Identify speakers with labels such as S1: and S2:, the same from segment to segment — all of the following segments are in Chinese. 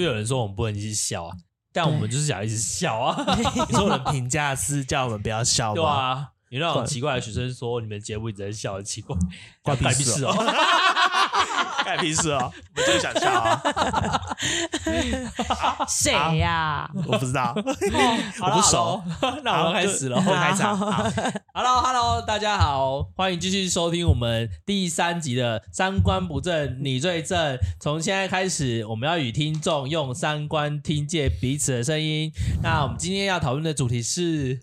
S1: 有人说我们不能一直笑啊，但我们就是想一直笑 啊，
S2: 你说我们评价是叫我们不要笑
S1: 对
S2: 吗？
S1: 吧？有那种奇怪的学生说你们节目一直在笑，很奇 怪，
S2: 关
S1: 干
S2: 屁
S1: 屁
S2: 事啊
S1: 事哦！
S2: 干屁事 哦，我就是想笑啊，
S3: 谁呀？
S2: 我不知
S1: 好
S2: 道，我
S1: 了
S2: 不熟。，
S1: 哦好了 那我们开始啊喽，
S2: 就就开啊场。好
S1: Hello，Hello，大家好，欢迎继续收听我们第三集的“三观不正，你最正”。从现在开始，我们要与听众用三观听见彼此的声音。那我们今天要讨论的主题是，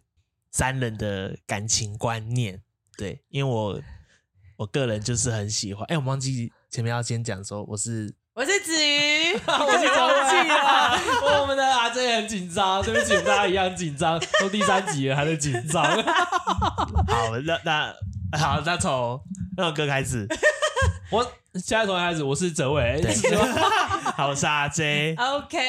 S2: 三人的感情观念。对，因为我我个人就是很喜欢。哎、我忘记前面要先讲说我是
S3: 我是子瑜，
S1: 我是忘记
S3: 啊
S1: 了，我们的阿珍也很紧张，对不起，我们大家一样紧张，都第三集了还在紧张。
S2: 好，那那好，那从那首歌开始。
S1: 我现在从开始，我是哲伟，
S2: 对
S1: 是吗
S2: 好，我是阿 J。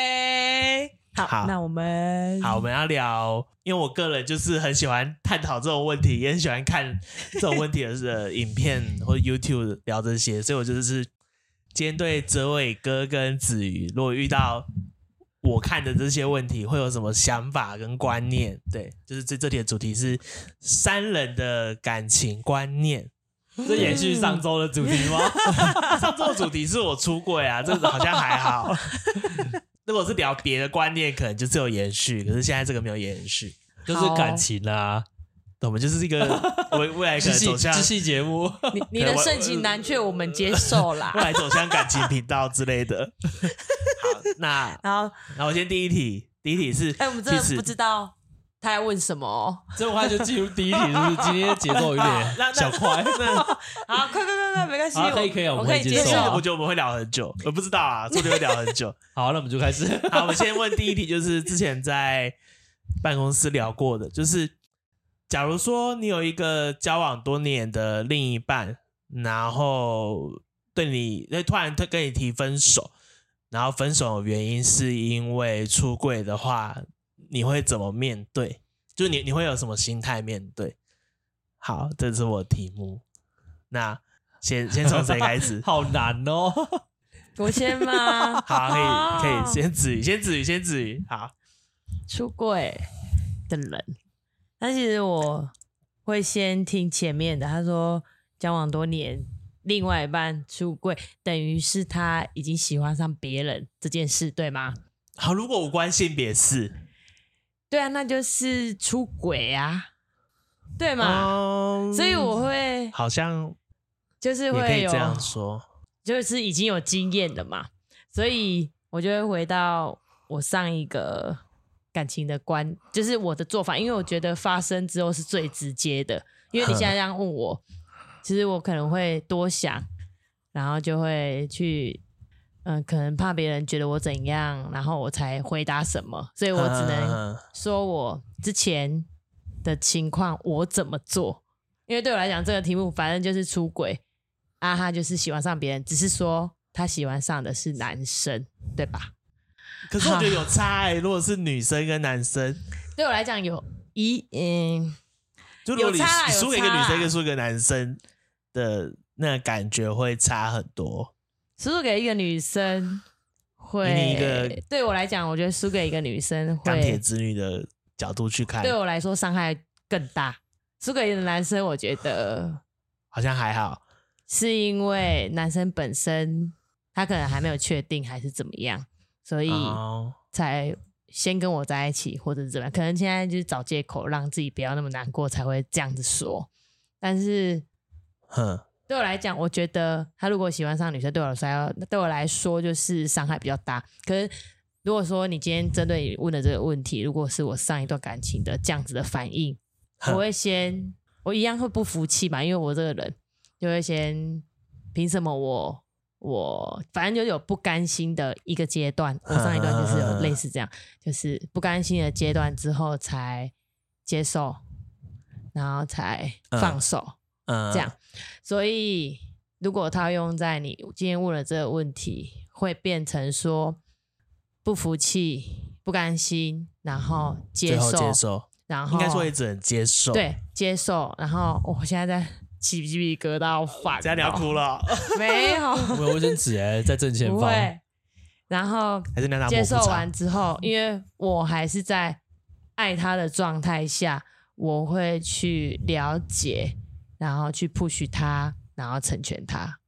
S3: OK，
S2: 好
S3: 好，那我们
S2: 好，我们要聊，因为我个人就是很喜欢探讨这种问题，也很喜欢看这种问题的 是影片或 YouTube 聊这些，所以我就是今天对哲伟哥跟子瑜，如果遇到我看的这些问题，会有什么想法跟观念？对，就是这这里的主题是三人的感情观念。
S1: 这延续上周的主题吗？
S2: 上周的主题是我出柜啊，这个好像还好。如果是聊别的观念，可能就是有延续，可是现在这个没有延续。
S1: 就是感情啊，
S2: 我们就是一个未未来可
S1: 知
S2: 能
S1: 系
S2: 走向
S1: 知系节目。
S3: 你你的盛情难却，我们接受啦
S2: 未。来走向感情频道之类的。好，那
S3: 然后，
S2: 那我先第一题，第一题是，
S3: 哎，我们真
S2: 其
S3: 的
S2: 实
S3: 不知道他在问什么哦。
S1: 这么快就进入第一题，是不是？今天的节奏有 点
S2: 那那
S1: 小快。
S3: 好，快快快快，没关系，
S1: 好可以可以
S3: 我
S1: 我们可
S3: 可
S1: 以
S3: 以
S1: 接
S3: 接
S2: 但是
S1: 受啊
S3: 受
S2: 我。觉得我们会聊很久，我不知道啊，说不定会聊很久。
S1: 好，那我们就开始。？
S2: 好，我们先问第一题，就是之前在办公室聊过的，就是假如说你有一个交往多年的另一半，然后对你，那突然他跟你提分手，然后分手的原因是因为出柜的话，你会怎么面对？就是你你会有什么心态面对？好，这是我的题目。那先先从谁开始
S1: 好难哦。
S3: 我先吗？
S2: 好，可以 可以，先子瑜，先子瑜，先子瑜，好。
S3: 出柜的人，但其实我会先听前面的，他说交往多年，另外一半出柜，等于是他已经喜欢上别人这件事，对吗？
S2: 好，如果无关性别是，
S3: 对啊，那就是出轨啊，对嘛？
S2: 嗯，
S3: 所以我会
S2: 好像
S3: 就是
S2: 也可
S3: 会
S2: 以
S3: 有
S2: 这样说，
S3: 就是已经有经验的嘛，所以我就会回到我上一个感情的观，就是我的做法，因为我觉得发生之后是最直接的。因为你现在这样问我，其实我可能会多想，然后就会去，嗯、可能怕别人觉得我怎样，然后我才回答什么，所以我只能
S2: 嗯
S3: 说我之前的情况我怎么做，因为对我来讲这个题目反正就是出轨，啊哈就是喜欢上别人，只是说他喜欢上的是男生，对吧？
S2: 可是我觉得有差欸。如果是女生跟男生，
S3: 对我来讲有一嗯，
S2: 就如果你
S3: 有差啦
S2: 你输给一个
S3: 有差
S2: 女
S3: 啦
S2: 生跟输给一个男生的那感觉会差很多。
S3: 输给一个女生
S2: 给你一
S3: 会
S2: 个，
S3: 对我来讲，我觉得输给一个女生
S2: 钢铁
S3: 会
S2: 之女的角度去看
S3: 对，我来说伤害更大。输给一个男生，我觉得
S2: 好像还好。
S3: 是因为男生本身他可能还没有确定还是怎么样，所以
S2: 哦，
S3: 才先跟我在一起，或者是怎么样。可能现在就是找借口让自己不要那么难过，才会这样子说。但是
S2: 哼，
S3: 对我来讲，我觉得他如果喜欢上女生，对我来说，对我来说就是伤害比较大。可是如果说你今天针对你问的这个问题，如果是我上一段感情的这样子的反应，
S2: 哼
S3: 我会先，我一样会不服气嘛，因为我这个人就会先，凭什么我我反正就有不甘心的一个阶段，我上一段就是有类似这样，就是不甘心的阶段之后才接受，然后才放手。
S2: 嗯，
S3: 这样。所以，如果套用在你今天问了这个问题，会变成说不服气、不甘心，然后接
S2: 最后
S3: 受，
S2: 接受，
S3: 然后
S2: 应该说也只能接受。，
S3: 对接受，然后我、现在在起鸡皮疙瘩，好烦、
S2: 这样你要
S3: 哦，
S2: 哭了。
S3: 没有，
S1: 我有卫生纸哎，在正前
S3: 不
S1: 方。
S3: 会。然后
S2: 还是那拿
S3: 接
S2: 抹
S3: 受
S2: 布茶
S3: 完之后，因为我还是在爱他的状态下，我会去了解，然后去 push 他，然后成全他。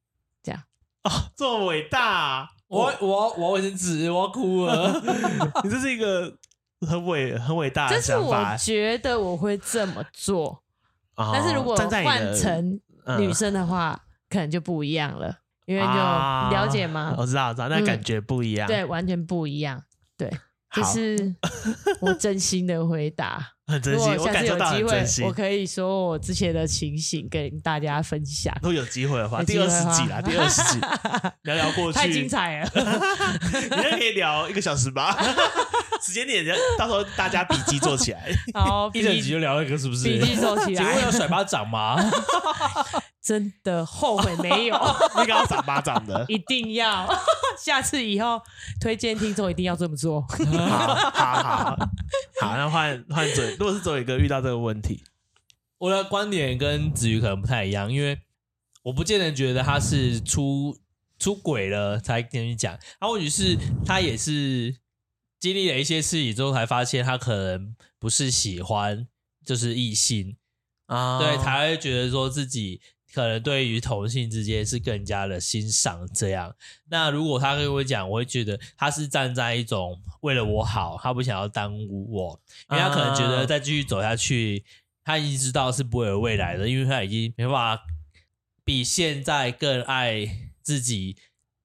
S2: 哦，这么伟大啊、
S1: 我我我卫生纸，我要哭了。
S2: 你这是一个很伟很伟大
S3: 这
S2: 的
S3: 是
S2: 想法
S3: 我。觉得我会这么做，
S2: 哦
S3: 但是如果
S2: 站在你的
S3: 换成
S2: 嗯
S3: 女生的话，可能就不一样了，因为就
S2: 啊
S3: 了解吗？
S2: 我知道，我知道，那
S3: 嗯
S2: 感觉不一样。
S3: 对，，完全不一样。对，
S2: 好
S3: 这是我真心的回答。
S2: 很
S3: 如
S2: 珍惜，
S3: 果
S2: 我
S3: 下
S2: 感
S3: 次有
S2: 受到
S3: 机
S2: 很珍惜
S3: 会，我。可以说我之前的情形跟大家分享。
S2: 如果有机会的话，
S3: 有
S2: 第
S3: 机
S2: 二
S3: 会
S2: 十
S3: 的话
S2: 集啦，第二十 集聊聊过去，
S3: 太精彩了，
S2: 你那可以聊一个小时吧， 时间点到时候大家笔记做 起来。
S3: 好，
S1: 一
S3: 笔
S1: 整集就聊一个，是不是？
S3: 笔记收起
S1: 请问
S3: 来
S1: 有，甩巴掌 吗？
S3: 真的后悔没有，
S2: 你刚刚赏巴掌的，
S3: 一定要， 下次以后推荐听众一定要这么做。
S2: 好好好 好，那换换嘴，如果是周宇哥遇到这个问题，
S1: 我的观点跟子瑜可能不太一样，因为我不见得觉得他是出出轨了才跟你讲，他或许是他也是经历了一些事情之后才发现他可能不是喜欢就是异性，
S2: 啊
S1: 对，才会觉得说自己可能对于同性之间是更加的欣赏这样。那如果他跟我讲，我会觉得他是站在一种为了我
S2: 嗯
S1: 好，他不想要耽误我，
S2: 啊
S1: 因为他可能觉得再继续走下去，他已经知道是不会有未来的，因为他已经没办法比现在更爱自己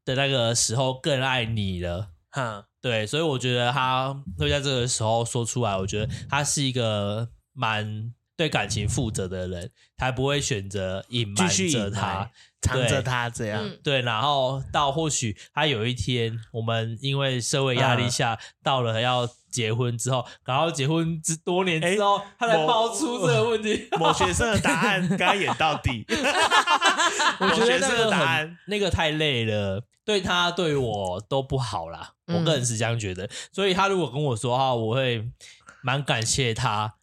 S1: 的那个时候更爱你了。
S2: 哼
S1: 对，所以我觉得他会在这个时候说出来，我觉得他是一个蛮对感情负责的人，才不会选择隐
S2: 继
S1: 瞒
S2: 续
S1: 着
S2: 隐
S1: 他
S2: 瞒。，藏着
S1: 对
S2: 他 这样。
S3: 嗯，
S1: 对，然后到或许他有一天，我们因为社会压
S2: 嗯
S1: 力下，到了要结婚之后，然后结婚之多年之后，他才
S2: 我
S1: 爆出这个问题。
S2: 哎 某学生的答案刚演到底，
S1: 我觉
S2: 某
S1: 得
S2: 学
S1: 那
S2: 生
S1: 个
S2: 的答
S1: 很
S2: 案
S1: 那个太累了，对他对我都不好啦。我
S2: 嗯
S1: 个人是这样觉得，所以他如果跟我说话，我会蛮感谢他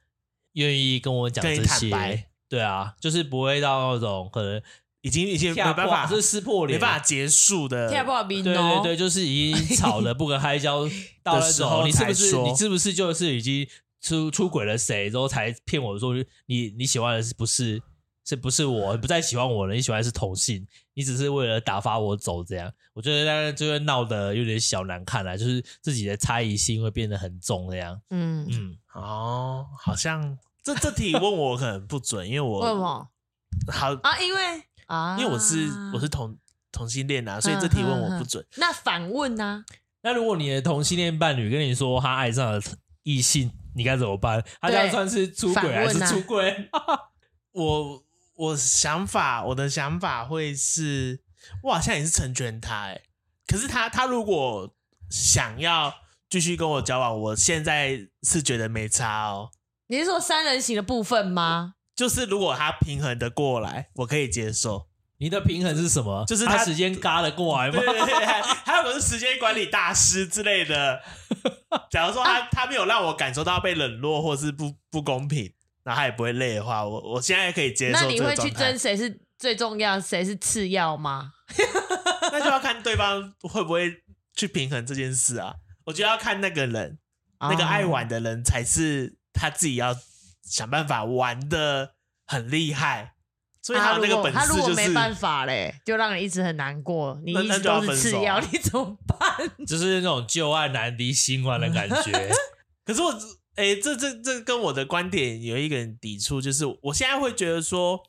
S1: 愿意跟我讲
S2: 跟你
S1: 这
S2: 坦
S1: 些
S2: 白。
S1: 对啊，就是不会到那种可能
S2: 已经已经没
S1: 跳
S2: 办法，
S1: 是撕破
S2: 没
S1: 脸，
S2: 办法结束的。
S3: 听不好听
S1: 对对
S3: 哦，
S1: 对，就是已经吵得不可开 交到那
S2: 时
S1: 种，
S2: 候
S1: 你是
S2: 才
S1: 不是
S2: 说
S1: 你是不是就是已经出出轨了谁，之后才骗我说你你喜欢的是不是是不是我，你不再喜欢我了，你喜欢的是同性，你只是为了打发我走这样，我觉得大家就会闹得有点小难看啦，就是自己的猜疑心会变得很重这样，
S3: 嗯，
S1: 嗯，
S2: 哦，好像这这题问我可能不准，因为
S3: 为什
S2: 我
S3: 么
S2: 好，
S3: 啊？因为啊，嗯
S2: 因为我是我是同同性恋啊，所以这题问我不准。
S3: 那反问啊呢？
S1: 那如果你的同性恋伴侣跟你说他爱上了异性，你该怎么办？他这样
S3: 对
S1: 算是出轨还
S3: 反
S1: 是
S3: 问啊
S1: 出轨？
S2: 我我想法，我的想法会是，我好像也是成全他哎、可是他他如果想要继续跟我交往，我现在是觉得没差哦。
S3: 你是说三人行的部分吗？
S2: 就是如果他平衡的过来，我可以接受。
S1: 你的平衡是什么？
S2: 就是
S1: 他
S2: 他
S1: 时间嘎得过来吗
S2: 对？对对，还还有我是时间管理大师之类的。假如说 他他没有让我感受到被冷落或是不不公平，然后他也不会累的话，我我现在可以接受
S3: 那
S2: 这
S3: 你
S2: 个
S3: 会去
S2: 状态
S3: 争。谁是最重要，谁是次要吗？
S2: 那就要看对方会不会去平衡这件事啊。我觉得要看那个人，
S3: 啊
S2: 那个爱玩的人才是他自己要想办法玩的很厉害，所以
S3: 啊
S2: 有那个本
S3: 他如果
S2: 事
S3: 他
S2: 就
S3: 如果
S2: 是
S3: 没办法嘞，就让你一直很难过，你
S2: 那
S3: 一
S2: 那
S3: 直
S2: 就要
S3: 都是次
S2: 分手
S3: 要，
S2: 啊
S3: 你怎么办？
S1: 就是那种旧爱难离新欢的感 觉。
S2: 可是我，哎、这这这跟我的观点有一个人抵触，就是我现在会觉得说，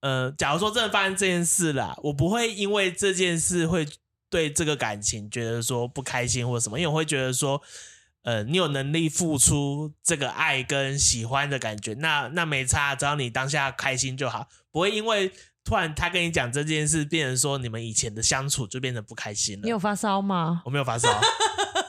S2: 呃，假如说真的发生这件事啦，我不会因为这件事会对这个感情觉得说不开心或什么，因为我会觉得说，呃，你有能力付出这个爱跟喜欢的感觉，那那没差，只要你当下开心就好，不会因为突然他跟你讲这件事，变成说你们以前的相处就变得不开心
S3: 你
S2: 了。
S3: 有发烧吗？
S2: 我没有发烧，啊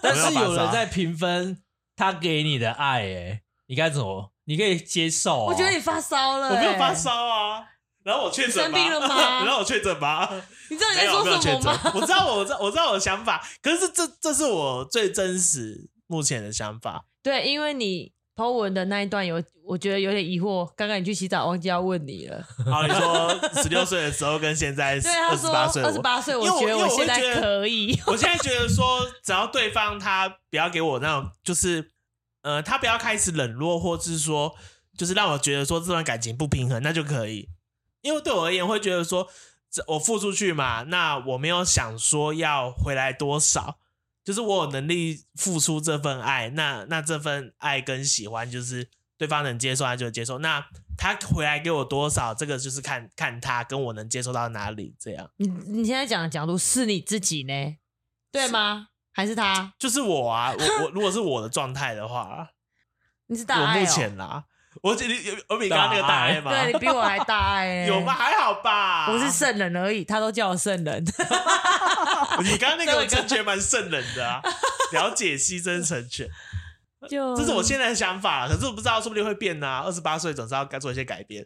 S1: 但是有
S2: 我没发烧
S1: 人在评分他给你的爱、哎，你该怎么？你可以接受、哦
S3: 我觉得你，发烧了、
S2: 哦我没有发
S3: 欸，
S2: 烧啊。然后我确诊
S3: 你生病了吗
S2: 然后我确诊吗？
S3: 你知道你在
S2: 没有，我没有
S3: 说什
S2: 确
S3: 么
S2: 诊
S3: 吗？。
S2: 我知道我，我知道，我知道我的想法。可是这这这是我最真实目前的想法。
S3: 对，因为你 Po 文的那一段有，我觉得有点疑惑。刚刚你去洗澡忘记要问你了。
S2: 好，你说十六岁的时候跟现 在
S3: 对，他
S2: 二十
S3: 说
S2: 八岁，
S3: 二十
S2: 我
S3: 八岁，我
S2: 因为
S3: 觉得
S2: 我因为
S3: 现
S2: 我会觉
S3: 在
S2: 得
S3: 可以。
S2: 我现在觉得说，只要对方他不要给我那种，就是呃，他不要开始冷落，或是说，就是让我觉得说这段感情不平衡，那就可以。因为对我而言，会觉得说，这我付出去嘛，那我没有想说要回来多少，就是我有能力付出这份爱，那那这份爱跟喜欢，就是对方能接受，他就接受。那他回来给我多少，这个就是看看他跟我能接受到哪里，这样
S3: 你你现在讲的角度是你自己呢，对吗？还是他？
S2: 就是我啊，我我如果是我的状态的话啊。
S3: 你是 大
S2: 我
S3: 爱、哦，
S2: 目前啦，我这里有有比刚刚那个大爱吗？
S3: 对你比我还大 爱、欸，
S2: 有吗？？还好吧。
S3: 我是圣人而已，他都叫我圣人。
S2: 你刚刚那个我真觉得蛮圣人 的啊，了解牺牲成全，
S3: 嗯就
S2: 这是我现在的想法。可是我不知道，说不定会变啊。二十八岁总是要该做一些改变。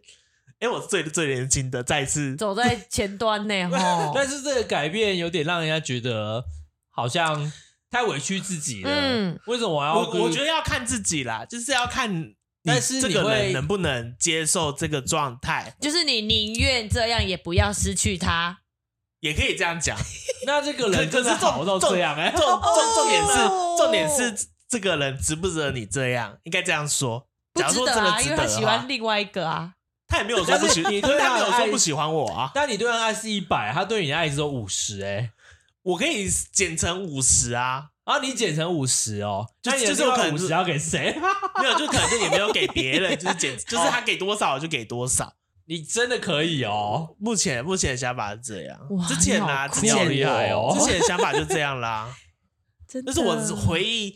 S2: 哎，我是最最年轻的，再一次
S3: 走在前端 呢，吼。
S1: 但是这个改变有点让人家觉得好像太委屈自己了。
S3: 嗯
S1: 为什么我要
S2: 我
S1: 跟？
S2: 我觉得要看自己啦，就是要看。
S1: 但是
S2: 这
S1: 你
S2: 个人
S1: 会
S2: 能不能接受这个状态，
S3: 就是你宁愿这样，也不要失去他。
S2: 也可以这样讲。
S1: 那这个人
S2: 可
S1: 真的
S2: 可是
S1: 好
S2: 重
S1: 到
S2: 重
S1: 这样哎、
S2: 重重重点是
S3: 哦
S2: 重点是这个人值不值得你这样，应该这样说。
S3: 不
S2: 假如
S3: 值
S2: 说
S3: 得
S2: 真的
S3: 啊，因
S2: 值
S3: 为
S2: 得
S3: 他
S2: 的
S3: 喜
S2: 话
S3: 欢，另外一个啊。
S2: 他也没有说 不喜，
S1: 但是你
S2: 对
S1: 对他
S2: 他没有
S1: 的爱
S2: 说不喜欢我啊。
S1: 但你对他的爱是一百，他对你的爱只有五十哎，
S2: 我可以减成五十啊，
S1: 然后你减成五十哦，
S2: 就
S1: 那你的
S2: 就是有可能
S1: 五
S2: 是
S1: 十要给 谁？
S2: 没有就可能就也没有给别人，就是 减，就是他给多少我就给多少。
S1: 你真的可以哦，
S2: 目前目前的想法是这样
S3: 哇，
S2: 之前
S3: 你
S2: 啊，
S3: 好
S2: 之
S3: 酷
S1: 你好
S2: 前
S1: 厉害 哦！
S2: 之前的想法就这样啦。
S3: 真的
S2: 但是我回忆，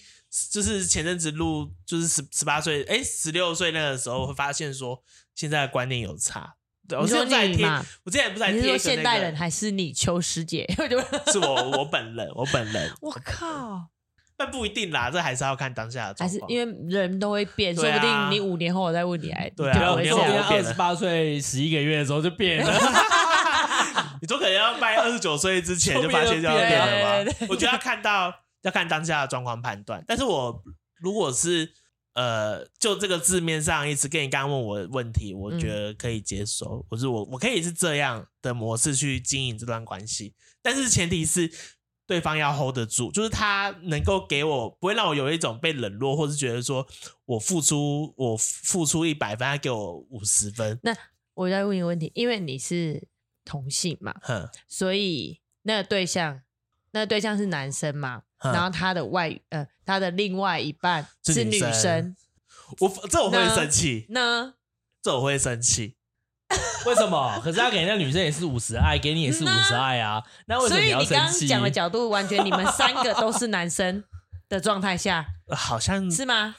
S2: 就是前阵子录，就是十十八岁，哎，十六岁那个时候，会发现说现在的观念有差。对，我
S3: 你说
S2: 现在
S3: 你
S2: 贴，
S3: 嘛，
S2: 我之前不是还
S3: 你
S2: 贴
S3: 是
S2: 一个
S3: 说
S2: 那
S3: 现代
S2: 个
S3: 人还是你邱师姐？ 我就
S2: 是我我本人，我本人
S3: ，我靠，
S2: 但不一定啦，这还是要看当下的
S3: 还
S2: 状
S3: 是
S2: 况。
S3: 因为人都会变，说
S2: 哦对啊
S3: 不定你五年后我再问你哎，
S2: 对啊
S3: 你
S1: 不
S3: 就不会这
S1: 要
S2: 五年后
S1: 说不
S2: 我
S3: 样。
S1: 定
S2: 变
S1: 二
S2: 了
S1: 十八岁十一个月的时候就变了，
S2: 你都可能要卖二十九岁之前就发现就要
S1: 对
S2: 变
S1: 啊
S2: 了
S3: 对
S2: 吧？我觉得要看到要看当下的状况判断。但是我如果是呃，就这个字面上意思，跟你刚刚问我的问题，我觉得可以接
S3: 嗯
S2: 受。我是我我可以是这样的模式去经营这段关系，但是前提是。对方要 hold 得住，就是他能够给我，不会让我有一种被冷落，或是觉得说我付出我付出一百分，他给我五十分，
S3: 我再问一个问题，因为你是同性嘛，
S2: 哼，
S3: 所以那个对象，那个对象是男生嘛，
S2: 嗯
S3: 然后他的外呃，他的另外一半
S2: 是
S3: 是
S2: 女
S3: 女
S2: 生
S3: 生，
S2: 我这我会
S3: 那
S2: 生气，
S3: 那
S2: 这我会生气。
S1: 为什么？可是他给那女生也是五十爱，给你也是五十爱啊，那为什
S3: 所
S1: 么
S3: 以
S1: 要
S3: 你
S1: 生
S3: 刚刚
S1: 气？
S3: 讲的角度，完全你们三个都是男生的状态下，
S2: 好像
S3: 是嗯吗？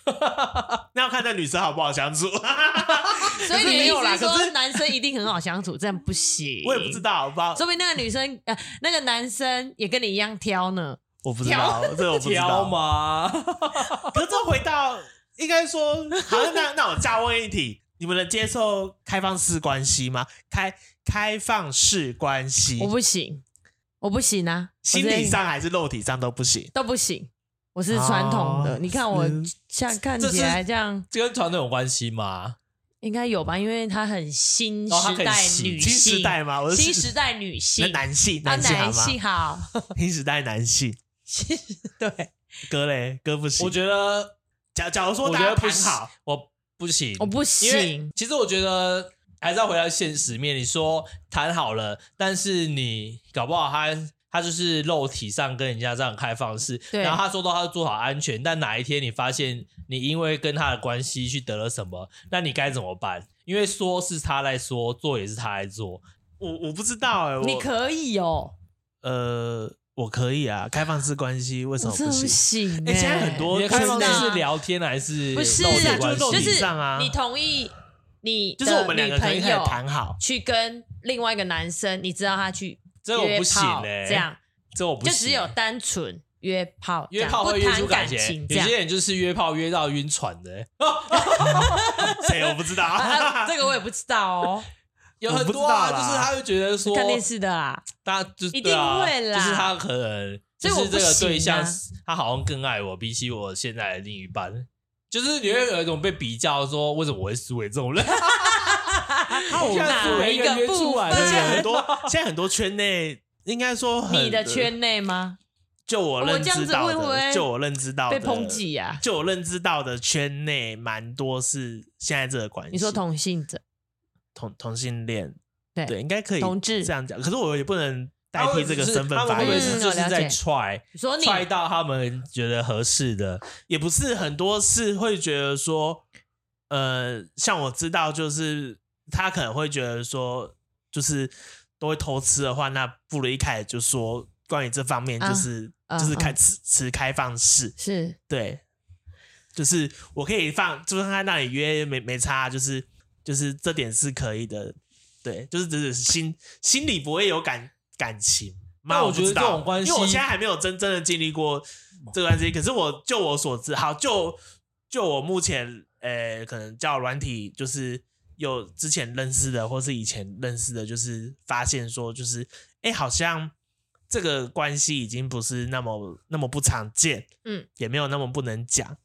S2: 那要看这女生好不好相处，
S3: 所以你的
S2: 没
S3: 意
S2: 有啦
S3: 思
S2: 可
S3: 说
S2: 是
S3: 男生一定很好相处，这样不行。
S2: 我也不知，道，我不知道，
S3: 说不定那个女生呃，那个男生也跟你一样挑呢。
S2: 我不知道，这我不知
S1: 挑
S2: 道。
S1: 吗？
S2: 可是这回到应该说，好像那 那我再问一题，你们能接受开放式关系吗？开开放式关系
S3: 我，不行，我不行啊，我
S2: 心
S3: 这
S2: 理上还是肉体上都不行。
S3: 都不行。我是传统的，
S2: 哦
S3: 你看我
S2: 嗯
S3: 像看
S1: 这是
S3: 起来这样，
S1: 这跟传统有关系吗？
S3: 应该有吧？因为她很新
S1: 哦她
S3: 时
S1: 很
S3: 代
S1: 新
S3: 女
S2: 新
S3: 性，
S2: 时代吗？我是
S3: 新时代女
S2: 那
S3: 性，
S2: 男性，
S3: 啊，
S2: 性好
S3: 男
S2: 吗？
S3: 性好，
S2: 新时代男性，
S3: 对，
S2: 哥嘞，哥不行。
S1: 我觉得，
S2: 假假如说
S1: 我
S2: 大
S1: 觉
S2: 家
S1: 得不
S2: 谈
S1: 行
S2: 好，，
S1: 我不行，
S3: 我不
S1: 因为
S3: 行，
S1: 其实我觉得还是要回到现实面。你说谈好了，但是你搞不好他他就是肉体上跟人家这样开放式，
S3: 对
S1: 然后他说到他做好安全，但哪一天你发现你因为跟他的关系去得了什么，那你该怎么办？因为说是他在说，做也是他在做，
S2: 我我不知道哎，我
S3: 你可以哦，
S2: 呃，我可以啊，开放式关系为什
S3: 我
S2: 么
S3: 真的
S2: 不
S3: 不
S2: 行？
S3: 行欸。
S2: 哎现在很多
S1: 你的开放
S3: 真的
S1: 式
S3: 啊
S1: 是聊天还是
S3: 不是
S1: 肉
S3: 啊
S1: 体
S2: 就是
S1: 关系？
S2: 肉
S3: 就
S2: 体
S3: 是
S2: 上啊
S3: 你同意你
S2: 就是我们两个可
S3: 朋
S2: 以开始
S3: 友
S2: 谈好，
S3: 去跟另外一个男生，你知道他去
S1: 这我
S3: 约
S1: 不行
S3: 炮
S1: 欸
S3: 这样
S1: 这我不
S3: 就
S1: 行
S3: 只有单纯约炮这
S1: 约
S3: 样，
S1: 炮
S3: 不
S1: 会约出
S3: 谈
S1: 感
S3: 情
S1: 情，
S3: 这
S1: 有
S3: 样。
S1: 些人就是约炮约到晕船的、欸
S2: 谁我不知道。
S3: 啊 啊这个我也不知道哦，
S1: 有
S2: 我
S1: 很
S2: 不知
S1: 多
S2: 道
S1: 啊，
S2: 啦
S1: 就是他会觉得 说，
S3: 看电视的啊，
S1: 大家就是
S3: 一定
S1: 对啊
S3: 会啦
S1: 就是他可能，
S3: 所以
S1: 就
S3: 我
S1: 是
S3: 不
S1: 这个对
S3: 行啊
S1: 象，他好像更爱我，比起我现在的另一半，就是你会有一种被比较，说为什么我会输给这种 人？
S2: 好
S1: 哪
S3: 一个部分
S2: 而且很多现在很多圈内，应该说很
S3: 你的，圈内吗？
S2: 就我认
S3: 我
S2: 知到
S3: 这样子会不会
S2: 的，就我认知到
S3: 被
S2: 的
S3: 抨击啊呀、
S2: 就我认知到的圈内蛮多是现在这个关系。
S3: 你说同性者，
S2: 同同性恋，
S3: 对
S2: 对，应该可以
S3: 同志
S2: 这样讲。可是我也不能代替这个身份
S1: 他们
S2: 发
S1: 会不会
S2: 言，啊
S1: 是
S3: 嗯
S1: 就是
S3: 我了
S1: 在
S3: 解
S1: try
S3: 你说你
S1: try 到他们觉得合适的？
S2: 也不是很多是会觉得说，呃，像我知道，就是他可能会觉得说，就是都会偷吃的话，那不如一开始就说关于这方面，
S3: 啊
S2: 就是、
S3: 啊
S2: 就是开
S3: 啊
S2: 持持开放式，
S3: 是
S2: 对，就是我可以放，就是他那里约没没差，就是就是这点是可以的，对，就是只是心心里不会有感感情。
S1: 那
S2: 妈
S1: 我觉得
S2: 不知道
S1: 这种关系
S2: 因为我现在还没有真正的经历过这段关系，可是我就我所知，好，就就我目前呃，可能叫软体，就是有之前认识的，或是以前认识的，就是发现说，就是哎、诶好像这个关系已经不是那么那么不常见，也没有那么不能讲。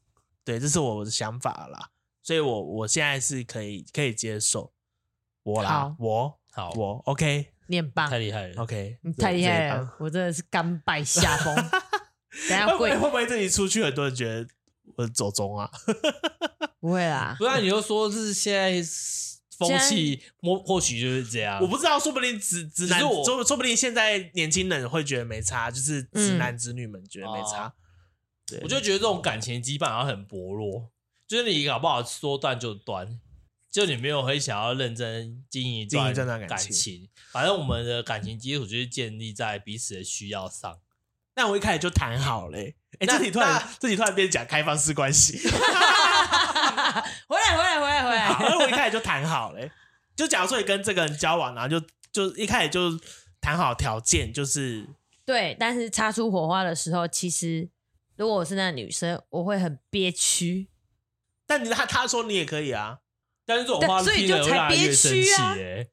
S2: 对，这是我的想法啦，所以我我现在是可以可以接受我啦
S3: 好，
S2: 我
S1: 好，
S3: 嗯
S2: 我 OK
S3: 你很棒
S1: 太，厉害了。
S2: OK，
S3: 你太厉
S2: 啊
S3: 害 了，我真的是甘拜下 风。等一下
S2: 会不
S3: 跪
S2: 会会不会这里出去很多人觉得我走中啊？
S3: 不会啦，
S1: 不然你就说是现在风气，或或许就是这样。
S2: 我不知道，说不定直直
S1: 啊只
S2: 男，
S1: 是我
S2: 说说不定现在年轻人会觉得没差，就是直男直女们觉得没差。
S1: 嗯
S2: 对，
S1: 哦我就觉得这种感情羁绊好像很薄弱，就是你搞不好说断就断，就你没有很想要认真经营一
S2: 经营
S1: 段
S2: 这段感
S1: 感情。反正我们的感情基础就是建立在彼此的需要上。
S2: 那我一开始就谈好嘞、哎、
S1: 那
S2: 这里突然
S1: 那
S2: 这里突然变讲开放式关 系，
S3: 回来回来回来回
S2: 好，
S3: 来，
S2: 那我一开始就谈好嘞、就假如说你跟这个人交往，然后就就一开始就谈好条件，就是
S3: 对，但是擦出火花的时候，其实如果我是那个女生，我会很憋屈，
S1: 哦
S2: 但你他他说你也可以啊，
S1: 但是这种话
S3: 对所以
S1: 听了
S3: 就
S1: 会
S3: 才
S1: 让人越
S3: 憋
S1: 生
S3: 屈
S1: 气
S3: 啊
S1: 耶。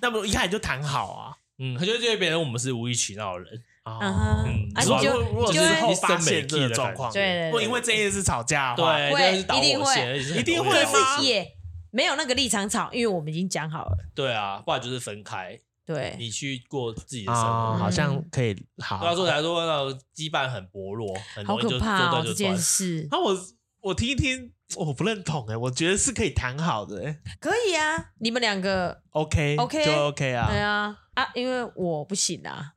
S2: 那么一开始就谈好啊。哦
S1: 嗯，他就觉得别人我们是无理取闹的人，
S3: 嗯哼
S1: 嗯，
S3: 啊
S1: 如果
S3: 你
S2: 如
S3: 就
S2: 果
S3: 你就是会
S2: 后发现这个状况，
S3: 对对对
S2: 如果因为这件事吵架的话，
S1: 对，
S3: 会
S1: 那是导
S3: 一定
S1: 火
S3: 会
S1: 线，而且是很
S2: 一定
S1: 容易
S2: 会啊
S3: 可
S1: 导火
S2: 吗
S1: 线
S3: 是也没有那个立场吵，因为我们已经讲好了，
S1: 对啊，不然就是分开，
S3: 对，
S1: 你去过自己的生活。
S2: 啊，
S3: 嗯
S2: 好像可以好。
S1: 对啊，所以才说那种羁绊很薄弱，很
S3: 好
S1: 容易就
S3: 可
S1: 做
S3: 怕哦
S1: 断
S3: 这
S1: 就
S3: 件。
S1: 断
S3: 事，
S2: 那我我听一听，我不认同哎，我觉得是可以谈好的欸
S3: 可以啊，你们两个，
S2: ，OK
S3: OK
S2: 就 OK 啊，
S3: 对啊啊，因为我不行啊。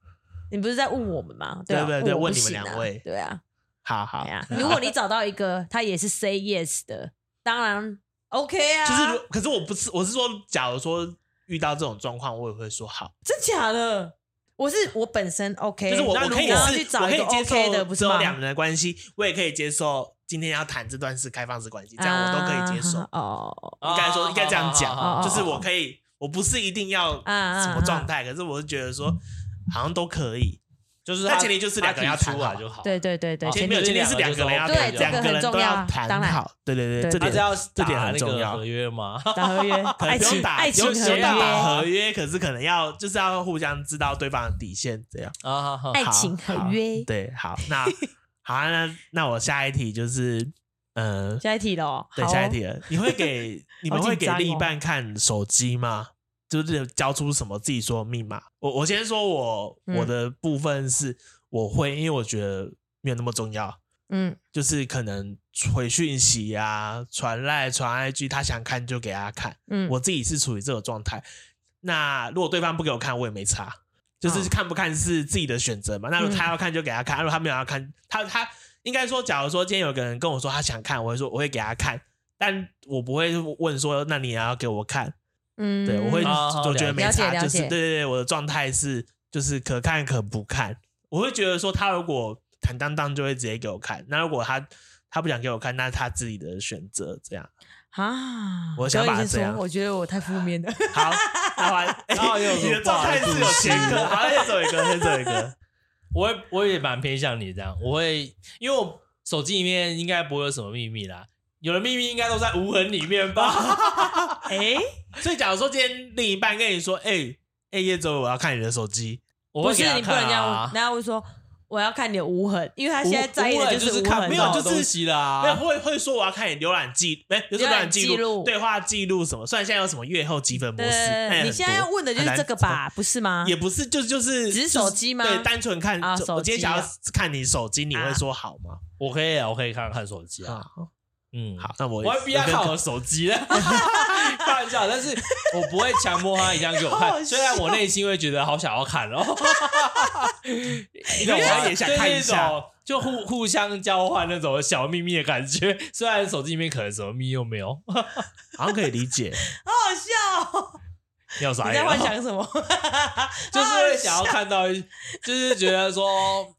S3: 你不是在问我们吗？啊
S2: 对对对
S3: 我
S2: 问
S3: 不
S2: 你们
S3: 行啊
S2: 两位
S3: 对啊，
S2: 好好
S3: 哎。呀，如果你找到一个他也是 say yes 的，当然 OK 啊，
S2: 就是如，可是我不是，我是说，假如说遇到这种状况，我也会说好，
S3: 真假的，我是我本身 OK，
S2: 就是我
S3: 那
S2: 我
S3: 如果
S2: 可以
S3: 要
S2: 是
S3: 去，找
S2: 我
S3: 一
S2: 可
S3: 个
S2: 以接
S3: OK 的，
S2: 受
S3: 不
S2: 只
S3: 是
S2: 有
S3: 吗？
S2: 两人的关系，我也可以接受。今天要谈这段是开放式关系，这样我都可以接受。
S3: 啊哦，
S1: 啊
S2: 应该说应该这样讲，
S1: 好好好
S3: 哦
S2: 就是我可以，我不是一定要
S3: 啊
S2: 什么状态，可是我是觉得说好像都可以。
S1: 就是
S2: 那
S1: 他
S2: 前提就是两个人要
S1: 他提出
S2: 谈好
S1: 来就好。
S3: 啊对对对对，
S1: 好
S2: 前
S3: 前
S2: 面
S1: 面
S2: 有前提是两个人要谈
S3: 对
S2: 两个人都
S3: 这
S2: 要
S3: 个
S2: 谈
S3: 很重
S2: 好
S3: 要，
S2: 对对对，
S3: 对
S2: 这
S1: 他
S2: 点
S1: 是要
S2: 这点
S1: 打
S2: 很
S1: 那
S2: 重要
S1: 个合约吗？
S3: 打合约，
S2: 可能
S3: 爱
S2: 不用
S3: 情
S2: 打，
S3: 爱情
S2: 有
S3: 合
S2: 有
S3: 约，
S2: 打合约，可是可能要就是要互相知道对方的底线，这样。
S1: 啊，好好
S3: 爱
S2: 好
S3: 情合约
S2: 好对，好，那好啊，那那我下一题就是，嗯，
S3: 下一题喽，
S2: 对，
S3: 好哦
S2: 下一题了。你 会给你们会给
S3: 紧张哦
S2: 另一半看手机吗？就是交出什么自己说的密码？我我先说我、
S3: 嗯
S2: 我的部分是我会，因为我觉得没有那么重要，
S3: 嗯
S2: 就是可能回讯息啊、传赖、传 IG，他想看就给他看。
S3: 嗯，
S2: 我自己是处于这种状态。那如果对方不给我看，我也没差，就是
S3: 哦
S2: 看不看是自己的选择嘛。那
S3: 嗯
S2: 如果他要看就给他看，如果他没有要看，他他应该说，假如说今天有个人跟我说他想看，我会说我会给他看，但我不会问说那你也要给我看，
S3: 嗯，
S2: 对我会
S1: 啊好
S2: 我觉得没差
S3: 了，解
S2: 就
S3: 了
S2: 是
S3: 解
S2: 对对对，我的状态是就是可看可不看，我会觉得说他如果坦荡荡就会直接给我看，那如果他他不想给我看，那他自己的选择这样。
S3: 啊，
S2: 我想
S3: 不要
S2: 法
S3: 一直
S2: 是这样
S3: 说我觉得我太负面 了，
S2: 好，那完，
S1: 后又有
S2: 哎你
S1: 什
S2: 的
S1: 么不
S2: 状
S1: 好
S2: 态
S1: 的
S2: 是
S1: 故
S2: 有
S1: 事
S2: 前科，好，先走一个，先走一个。
S1: 我会我也蛮偏向你这样，我会因为我手机里面应该不会有什么秘密啦，有的秘密应该都在无痕里面吧？
S3: 哎，
S2: 所以，假如说今天另一半跟你说，哎、哎、叶总，我要看你的手机，
S1: 我
S3: 不
S1: 会给
S3: 是
S1: 他
S3: 你不
S1: 看
S3: 能这样问，
S1: 啊
S3: 人，家会说我要看你的无痕，因为他现在在意
S1: 无
S3: 的
S1: 痕就是
S3: 无
S1: 看
S3: 痕
S1: 不
S2: 没
S3: 嘛
S2: 有
S1: 到的
S2: 就是
S1: 东西啦。
S2: 没有会会说我要看你浏览记，没就是
S3: 浏
S2: 浏
S3: 览
S2: 览记
S3: 记录
S2: 录、对话记录什么。虽然现在有什么阅后积分模
S3: 对
S2: 式，
S3: 对
S2: 那也
S3: 对，
S2: 很
S3: 你现在要
S2: 多
S3: 问的就
S2: 哎很
S3: 是
S2: 难
S3: 这个吧，不是吗
S2: 从？也不是，就就是
S3: 只是
S2: 就
S3: 手机吗
S2: 对，单纯看
S3: 啊
S2: 就
S3: 手
S2: 我今天
S3: 机
S2: 想要
S3: 啊
S2: 看你手机，你
S3: 啊
S2: 会说好吗？
S1: 我可以啊，我可以看看手机啊。
S2: 啊，
S1: 嗯，
S2: 好，，那我
S1: 我会逼他
S2: 跟
S1: 看我的手机 的，开玩笑，但是我不会强迫他一定要给我
S2: 好好
S1: 看，
S2: 笑
S1: 虽然我内心会觉得好想要看 哦。啊
S2: 因为我也想看
S1: 就是
S2: 一下，
S1: 一种就互互相交换那种小秘密的感觉， 虽然手机里面可能什么秘密都没有。
S2: 好像可以理解。
S3: 好好笑哦、
S1: 你
S2: 啊
S1: 有啥？
S3: 你在幻想什么？
S1: 就是会想要看到一，就是觉得说，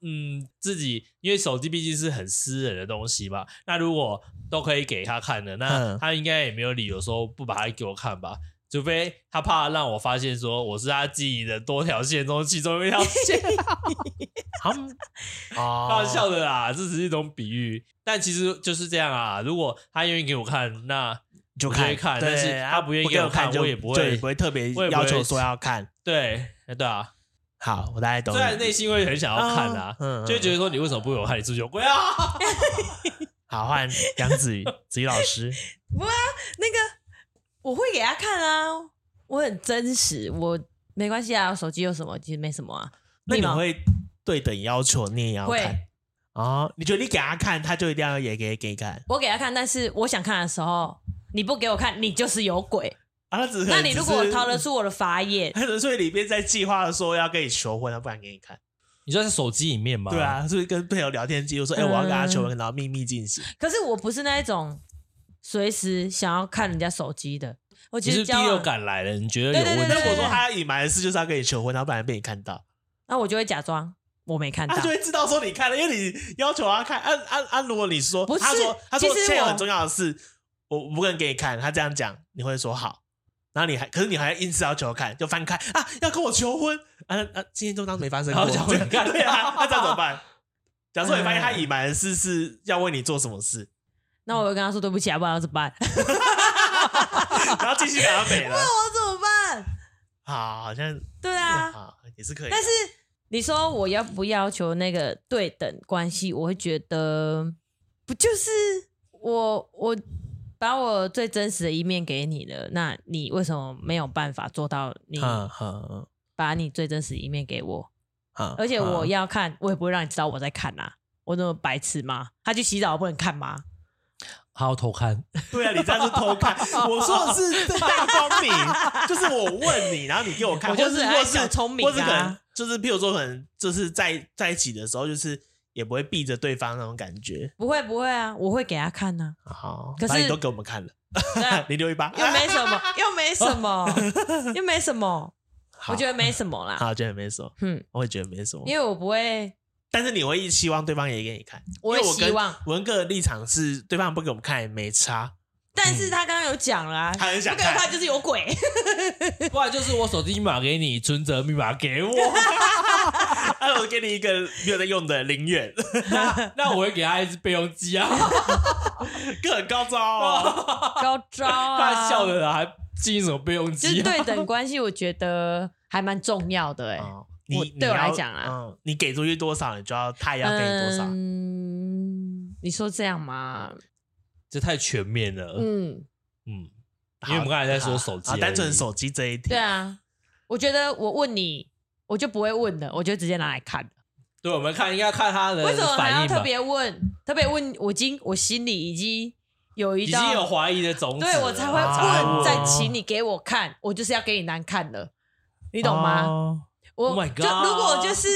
S1: 嗯，自己因为手机毕竟是很私人的东西嘛，那如果都可以给他看的，那
S2: 嗯
S1: 他应该也没有理由说不把它给我看吧。除非他怕让我发现说我是他记忆的多条线中其中一条 线，
S2: 好像，哦
S1: 开玩笑的啦，这只是一种比喻，但其实就是这样啊。如果他愿意给我看，那
S2: 就
S1: 我就会看
S2: 看，对啊
S1: 但是他不愿意
S2: 给
S1: 给我看
S2: 就
S1: 我也不会
S2: 就也不会特别
S1: 我也不
S2: 要
S1: 会
S2: 求说要看。
S1: 对，哎对啊，
S2: 好，我大概懂你
S1: 虽
S2: 的意
S1: 然
S2: 思。
S1: 内心会很想要看啊，
S2: 嗯嗯
S1: 就会觉得说你为什么不给我看？你是不是有鬼啊？
S2: 好，换杨子瑜，子瑜老 师，
S3: 啊那个，我会给他看啊，我很真实，我没关系啊，手机有什么其实没什么啊。
S2: 那
S3: 密
S2: 你
S3: 码
S2: 会对等要求，你也要看
S3: 会，
S2: 哦？你觉得你给他看，他就一定要也给给看
S3: 我给他看，但是我想看的时候，你不给我看，你就是有 鬼。
S2: 啊？他只是可能
S3: 那你如果
S2: 只是
S3: 逃得，出我的法眼，
S2: 他所以里面在计划说要跟你求婚，他不敢给你看。
S1: 你说在手机里面吗？
S2: 对，啊，所以跟朋友聊天记录说，哎，
S3: 嗯
S2: 我要跟他求婚，然后秘密进行。
S3: 可是我不是那一种随时想要看人家手机的，我
S1: 你
S3: 其
S1: 是
S3: 实
S1: 第
S3: 交往
S1: 六，感来了，你觉得有问
S3: 对
S2: 那
S3: 对
S1: 题？
S2: 我说他隐瞒的事就是要跟你求婚，然后不然被你看到，
S3: 那我就会假装我没看到
S1: 啊
S2: 他。就会知道说你看了，因为你要求他看。啊啊啊！如果你说
S3: 不是
S2: 他说他说
S3: 其实
S2: 现在有
S3: 我
S2: 很重要的事，我我不能给你看，他这样讲，你会说好。然后你还，可是你还硬是要求看，就翻开啊，要跟我求婚啊那啊！今天就当没发生过，
S1: 好想回看
S2: 对啊，那这样怎么办？假如说你发现他隐瞒的事是要为你做什么 事，
S3: 那我就跟他说对不起啊，不然要怎么办？ 我
S2: 然后继续拿北了，
S3: 怎么办？
S2: 好，好像
S3: 对啊，
S2: 好也是可以的，
S3: 但是你说我要不要求那个对等关系？我会觉得不就是我我把我最真实的一面给你了，那你为什么没有办法做到你
S2: 嗯嗯嗯
S3: 把你最真实的一面给我？
S2: 嗯，
S3: 而且我
S2: 嗯
S3: 要看，我也不会让你知道我在看呐、我那么白痴吗？他去洗澡我不能看吗？
S1: 他要偷看，
S2: 对啊，你这样是偷 看。我说的是大光明，就是我问你，然后你给我看，
S3: 我
S2: 或
S3: 就是是
S2: 或
S3: 很
S2: 是
S3: 小聪明啊
S2: 或是可能就是譬如说，可能就是在在一起的时候，就是也不会避着对方那种感觉。
S3: 不会不会啊，我会给他看呐、
S2: 好，
S3: 可是
S2: 把你都给我们看了，
S3: 对 啊
S2: 零六一八，
S3: 又没什么，又没什 么，又没什么，
S2: 好
S3: 我觉得没什么啦。
S2: 啊好，觉得没什么，
S3: 嗯，
S2: 我也觉得没什么。
S3: 因为我不会，
S2: 但是你会希望对方也给你看，
S3: 我会
S2: 因为我跟
S3: 希望，
S2: 文哥的立场是，对方不给我们看也没差，
S3: 但是他刚刚有讲啦、
S2: 嗯他很想
S3: 不给我
S2: 看
S3: 看就是有鬼。
S1: 不然就是我手机密码给你，存折密码给我，
S2: 啊，我给你一个没有在用的零元，
S1: 那那我会给他一只备用机啊。
S2: 个很高招哦。
S3: 高招啊！
S1: 他笑，的啦，还进行什么备用
S3: 就
S1: 机、
S3: 是
S1: 啊？
S3: 对等关系，我觉的还蛮重要的哎、
S2: 哦
S3: 我
S2: 你
S3: 对我
S2: 你要
S3: 来讲啊
S2: 嗯，你给出去多少，你就要他也要给你多少。
S3: 嗯，你说这样吗？
S1: 这太全面了。
S2: 呃
S1: 嗯
S3: 嗯，
S1: 因为我们刚才在说手机
S2: 啊，
S1: 而已
S2: 单纯手机这一题，
S3: 对啊，我觉得我问你，我就不会问的，我就直接拿来看。
S1: 对，我们看应该看他
S2: 呃
S1: 的
S3: 为什么还
S1: 反
S3: 要
S1: 应
S3: 特
S1: 吧。
S3: 别问？特别问，我已经我心里已经有
S1: 已
S3: 一
S1: 经有
S3: 道，
S1: 怀疑的种子了，
S3: 对我才会
S2: 才
S3: 问，
S2: 问
S3: 再请你给我看，我就是要给你难看了，你懂吗？
S2: 哦
S3: 我
S1: Oh my god
S3: 就如果我就是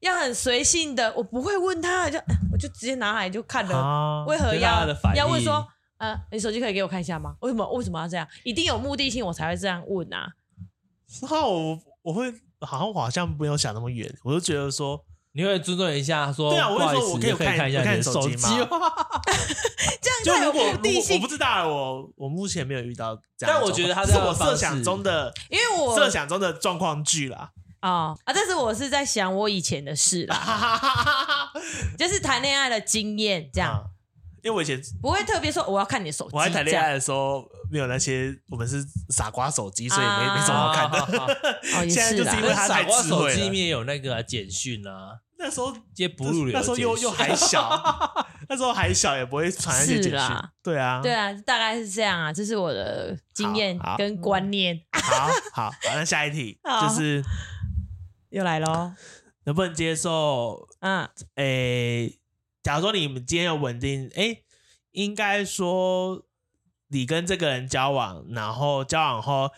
S3: 要很随性的，我不会问他，就呃我就直接拿来就看了，
S2: 哦
S3: 为何
S1: 就大家
S3: 要
S1: 的反应
S3: 要问说？呃，你手机可以给我看一下吗？为什么为什么要这样？一定有目的性，我才会这样问啊。
S2: 然后我我会好像我好像没有想那么远，我就觉得说，
S1: 你会尊重一下说，
S2: 对啊我
S1: 哦不
S2: 会
S1: 好意
S2: 说
S1: 思
S2: 我
S1: 可
S2: 可以
S1: 以看一下
S2: 看
S1: 你的
S2: 手
S1: 手
S2: 机
S1: 机
S2: 吗
S1: 吗？
S3: 这
S2: 就
S3: 样太
S2: 如
S3: 有
S2: 果
S3: 目
S2: 如果
S3: 的
S2: 我
S3: 性
S2: 不知道，啊我我目前没有遇到这样的状况，
S1: 但我觉得他这
S2: 这是
S1: 样的
S2: 我
S1: 方
S2: 设
S1: 式
S2: 想中的
S3: 因为我
S2: 设想中的状况剧啦，
S3: 啊、啊！但是我是在想我以前的事啦，
S2: 哈哈哈哈哈哈
S3: 就是谈恋爱的经验，这样、
S2: 啊因为我以前
S3: 不会特别说我要看你的手机。
S2: 我在谈恋
S3: 这样
S2: 爱的时候，没有那些我们是傻瓜手机，所以没没什么好看的。
S1: 的。
S3: 哦，也
S2: 现在
S3: 是
S2: 就是因为
S3: 啦，
S1: 那
S2: 啊他
S1: 傻
S2: 太
S1: 瓜
S2: 智慧
S1: 手
S2: 了
S1: 机里面有那个啊简讯啊，
S2: 那那时候
S1: 接不入流的
S2: 那时候又
S1: 解释
S2: 又 还小， 那时候还小也不会传那些
S3: 是
S2: 简讯
S3: 啦。
S2: 对啊，
S3: 对啊，大概是这样啊，这是我的经验
S2: 好好
S3: 跟观念
S2: 好好好，那下一题
S3: 好
S2: 就是
S3: 又来喽。
S2: 能不能接受？
S3: 嗯，
S2: 诶、假如说你们今天有稳定，诶、应该说你跟这个人交往，然后交往后，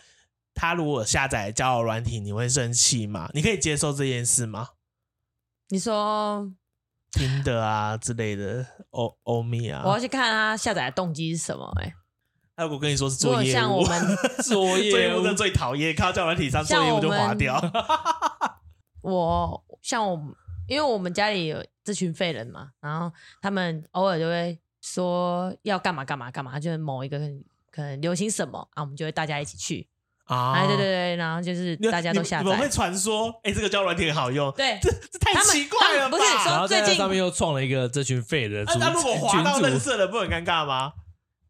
S2: 他如果下载交友软体，你会生气吗？你可以接受这件事吗？
S3: 你说
S2: 听的啊之类的，欧欧米啊
S3: 我，要去看他下载的动机是什么、欸？哎，
S2: 那我跟你说是
S3: 如
S2: 做
S3: 果
S2: 业
S3: 像
S2: 务
S3: 我，们，
S1: 作
S2: 做
S1: 业
S2: 业务
S1: 务
S2: 真的最讨厌，看到交友软体上做
S3: 像
S2: 业务就
S3: 我们
S2: 划掉。
S3: 我像我，因为我们家里有这群废人嘛，然后他们偶尔就会说要干嘛干嘛干嘛，就是某一个可能流行什么啊，我们就会大家一起去。
S2: 啊
S3: 哎，对对对，然后就是
S2: 你
S3: 大家都下
S2: 你们你
S3: 载
S2: 们会。传说，哎、这个交友软体很好用，
S3: 对，
S2: 这这太
S3: 他们
S2: 奇怪了
S3: 他
S2: 吧？
S3: 们不是说
S1: 然后
S3: 最
S1: 在那
S3: 近
S1: 上面又创了一个这群废人的组
S2: 那、啊那如果滑到
S1: 群
S2: 认
S1: 啊 主，
S2: 识的人，不很尴尬 吗？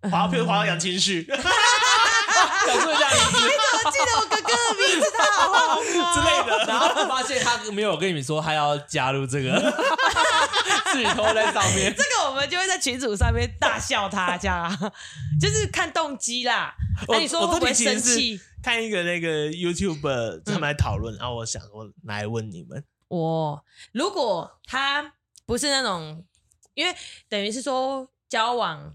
S2: 滑到譬如滑到杨清旭，之
S1: 想说一下 名字
S3: 我记得我哥哥的名字，
S2: 类的，
S1: 然后发现他没有跟你们说他要加入这个， 自己偷在上面。
S3: 这个我们就会在群组上面大笑他，这样啊，就是看动机啦。 那、
S2: 我
S3: 你说
S2: 我
S3: 会不
S2: 这
S3: 会
S2: 里其实
S3: 生气？
S2: 看一个那个 YouTube 他们来讨论，然啊后我想我来问你们，
S3: 我如果他不是那种，因为等于是说交往，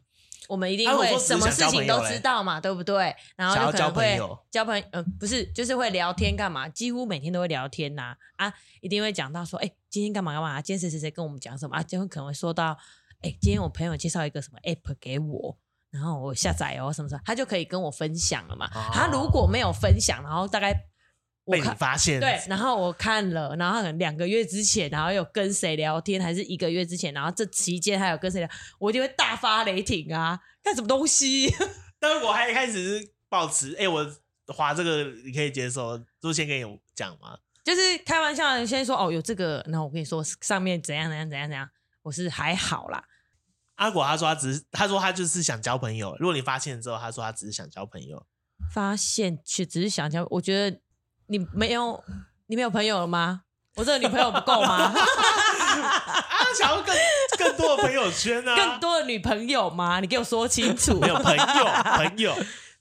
S3: 我们一定
S2: 啊我
S3: 会
S2: 说只是
S3: 什么
S2: 想
S3: 事
S2: 交
S3: 情
S2: 朋友
S3: 都
S2: 嘞
S3: 知道嘛，对不对？然后
S2: 想要
S3: 就可
S2: 交
S3: 能
S2: 朋
S3: 会
S2: 友
S3: 交朋友，嗯、不是，就是会聊天干嘛？几乎每天都会聊天呐、啊，一定会讲到说，哎、今天干嘛干嘛？今天谁谁谁跟我们讲什么啊？今天可能会说到，哎、今天我朋友介绍一个什么 app 给我。然后我下载哦，什么什么，他就可以跟我分享了嘛。
S2: 哦
S3: 他如果没有分享，然后大概我
S2: 被你
S3: 看
S2: 发现，
S3: 对，然后我看了，然后可能两个月之前，然后有跟谁聊天，还是一个月之前，然后这期间还有跟谁聊，我一定会大发雷霆啊！干什么东西？
S2: 但我还一开始是保持，哎、我滑这个你可以接受，就先跟你讲嘛。
S3: 就是开玩笑的，先说哦有这个，然后我跟你说上面怎样怎样怎样怎样，我是还好啦。
S2: 阿果他说他只是，他说他就是想交朋友。如果你发现之后，他说他只是想交朋友，
S3: 发现却只是想想，我觉得你没有你没有朋友了吗？我这个女朋友不够吗？
S2: 他想要更更多的朋友圈啊，
S3: 更多的女朋友吗？你给我说清楚。
S2: 没有朋友，朋友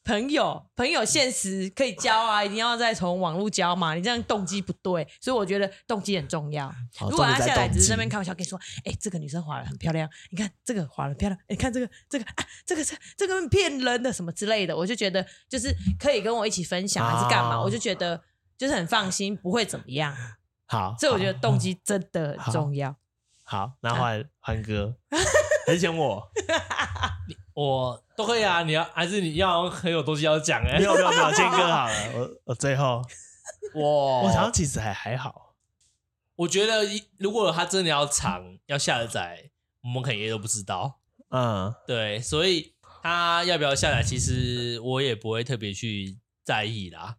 S3: 朋友，朋友现实可以交 啊，一定要再从网络交嘛。你这样动机不对，所以我觉得动机很重要。
S2: 好
S3: 如果他
S2: 重点在
S3: 下来只
S2: 动
S3: 是
S2: 机
S3: 那边开玩笑跟你说，哎、这个女生滑的很漂亮，你看这个滑的漂亮，你、看这个这个啊，这个这这个骗人的什么之类的，我就觉得就是可以跟我一起分享还是干嘛，
S2: 哦
S3: 我就觉得就是很放心，不会怎么样。
S2: 好，
S3: 所以我觉得
S2: 好
S3: 动机真的很重要。
S2: 好，那换换哥，还是选我？
S1: 我都可以啊，你要还是你要很有东西要讲哎、
S2: 没有没有没有，谦哥好了，我我最后，
S1: 我
S2: 我好像其实还还好，
S1: 我觉得一如果他真的要藏要下载，我们可能也都不知道。
S2: 嗯，
S1: 对，所以他要不要下载，其实我也不会特别去在意啦，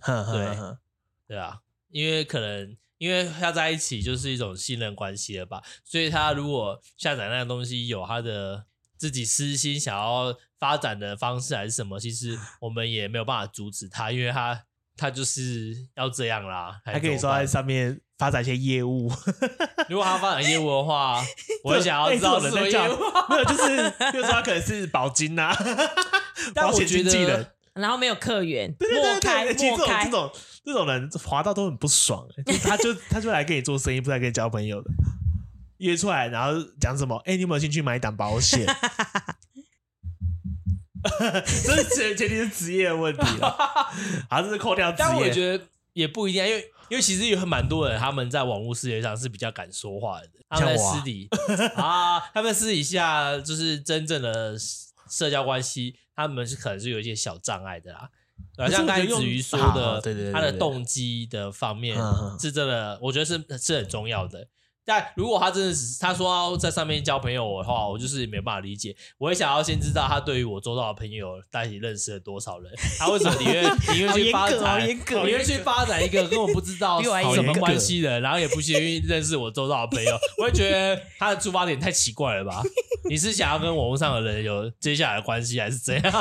S2: 哼哼
S1: 对
S2: 哼
S1: 对啊，因为可能因为要在一起就是一种信任关系了吧，所以他如果下载那个东西有他的自己私心想要发展的方式还是什么，其实我们也没有办法阻止他，因为他他就是要这样啦。
S2: 还可以
S1: 怎
S2: 说
S1: 么
S2: 在
S1: 办
S2: 上面发展一些业务，
S1: 如果他发展业务的 话，我也想要
S2: 哎
S1: 知道
S2: 这
S1: 什
S2: 种
S1: 么
S2: 人在
S1: 业
S2: 讲
S1: 务。
S2: 没有，就是比如说他可能是保金呐，
S1: 但
S2: 保
S1: 我
S2: 险
S1: 觉
S2: 经纪人
S1: 得，，
S3: 然后没有客源，
S2: 对对
S3: 莫
S2: 对对
S3: 开
S2: 对，其实这
S3: 莫
S2: 种
S3: 开
S2: 这。种这种人滑到都很不爽，哎就是他 就他就来跟你做生意，不是来跟你交朋友的。约出来，然后讲什么？哎、你有没有兴趣买一档保 险？这是前前提是职业的问题 了，好，这是扣掉职业。
S1: 但我觉得也不一定啊，因为因为其实有很蛮多人他们在网络世界上是比较敢说话的，他们在
S2: 像我啊
S1: 私 底啊，他们私底下就是真正的社交关系，他们是可能是有一些小障碍的啦。呃，
S2: 可是
S1: 像
S2: 我
S1: 刚
S2: 觉
S1: 才
S2: 得用
S1: 子瑜说
S2: 好
S1: 的，
S2: 对对对对
S1: 他的
S2: 对
S1: 动机的方面
S2: 嗯嗯
S1: 是真的，我觉得是是很重要的。但如果他真的是他说要在上面交朋友的话，我就是没办法理解。我也想要先知道他对于我周遭的朋友到底认识了多少人，他为什么宁 愿宁愿去发
S2: 好
S1: 展，
S2: 严格哦好严
S1: 宁
S2: 格
S1: 哦愿去发展一个跟我不知 道
S3: 比我还
S1: 什么
S2: 严格
S1: 关系的，然后也不愿意认识我周遭的朋 友，我会觉得他的出发点太 奇怪了吧？你是想要跟网络上的人有接下来的关系，还是怎样？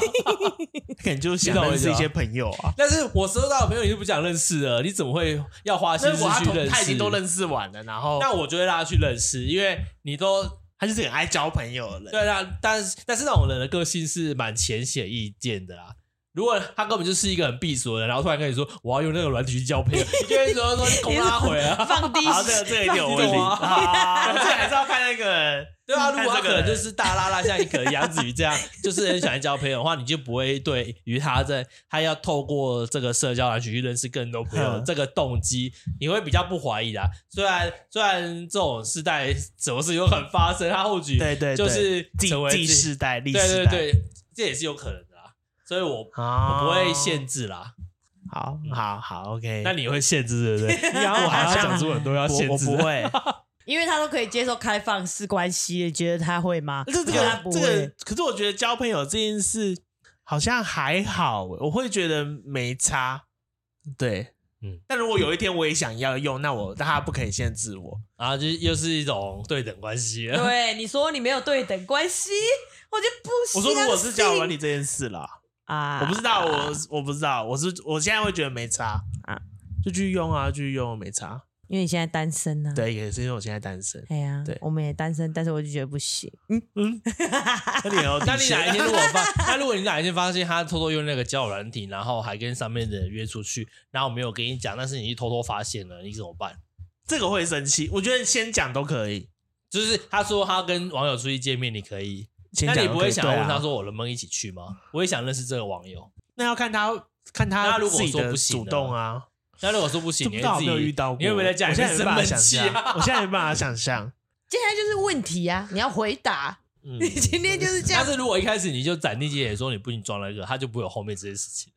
S2: 感觉就想认识一些朋友啊。
S1: 但是我收到的朋友你就不想认识了，你怎么会要花心
S2: 那
S1: 思
S2: 我他
S1: 去
S2: 同
S1: 认
S2: 他已
S1: 识？
S2: 经都认识完了，然后
S1: 那我就会让他去认识，因为你都
S2: 他就是很爱交朋友的人。
S1: 对啦，但是但是那种人的个性是蛮浅显易见的啦。如果他根本就是一个很避俗的人，然后突然跟你说我要用那个软体去交朋友，你就会 说说你恐拉回啊。
S3: 放低
S2: 好，这个这个一定有问
S1: 你懂
S2: 题
S1: 吗
S2: 啊，这还是要看那个人。
S1: 对啊，如果他
S2: 看这
S1: 可
S2: 个
S1: 能
S2: 人
S1: 就是大拉拉，像一个杨子瑜 这样，就是很喜欢交朋友的话，你就不会对于他在他要透过这个社交软体去认识更多朋友
S2: 嗯
S1: 这个动机，你会比较不怀疑啦。虽然虽然这种世代什么事情都很发生，他或许
S2: 对对，对
S1: 就是
S2: 记
S1: 成为
S2: 记
S1: 自己
S2: 世代历
S1: 对对
S2: 史代
S1: 对，这也是有可能的啦。所以我我
S2: 啊，
S1: 不会限制啦，
S2: 哦好好好，OK。
S1: 那你会限制对 不对？
S2: 你要
S1: 我还要讲出很多要限
S2: 我
S1: 制
S2: 不
S1: 的。
S2: 会。
S3: 因为他都可以接受开放式关系，你觉得他会吗？
S2: 这这
S3: 他
S2: 个
S3: 不
S2: 这
S3: 会
S2: 个，可是我觉得交朋友这件事好像还好，欸我会觉得没差。对，
S1: 嗯
S2: 嗯。但如果有一天我也想要用，那我但他不可以限制我。
S1: 然啊后就又是一种对等关系了。
S3: 对你说你没有对等关系，我就不
S2: 我
S3: 相
S2: 说
S3: 信。
S2: 如果是交友软体这件事啦，
S3: 啊，
S2: 我不知道，我我不知道，我是我现在会觉得没差
S3: 啊
S2: 啊，就继续用啊，继续用没差。
S3: 因为你现在单身呢、啊。，
S2: 对，也是因为我现在 单身。
S3: 哎呀，
S2: 对
S3: 我们也单身，但是我就觉得不行。
S2: 那你 有
S1: 那你哪一天如果 发，那如果你哪一天发现他偷偷用那个交友软体，然后还跟上面的人约出去，然后我没有跟你讲，但是你去偷偷发现了，你怎么办？
S2: 这个会生气？我觉得先讲都可以，
S1: 就是他说他跟网友出去见面，你可以，
S2: 先
S1: 那
S2: 讲
S1: 你
S2: 都
S1: 不
S2: 可
S1: 会
S2: 以
S1: 想要
S2: 对啊
S1: 问他说我能不能一起去吗？我也想认识这个网友。
S2: 那要看他看
S1: 那
S2: 他
S1: 如果
S2: 自己
S1: 说
S2: 的
S1: 不行
S2: 主
S1: 呢
S2: 动啊。
S1: 那如果说不行，
S2: 这不
S1: 你
S2: 知道
S1: 会自
S2: 有没
S1: 己
S2: 有遇到过？
S1: 你会不会在家
S2: 我
S1: 里
S2: 现
S1: 面
S2: 在没
S1: 生
S2: 办法
S1: 闷
S2: 想
S1: 气啊？
S2: 象，我现在没办法想象。
S3: 接下来就是问题啊，你要回答。
S2: 嗯
S3: 你今天就是这样
S1: 但，是如果一开始你就斩钉截铁说你不行装那个，他就不会有后面这些事情。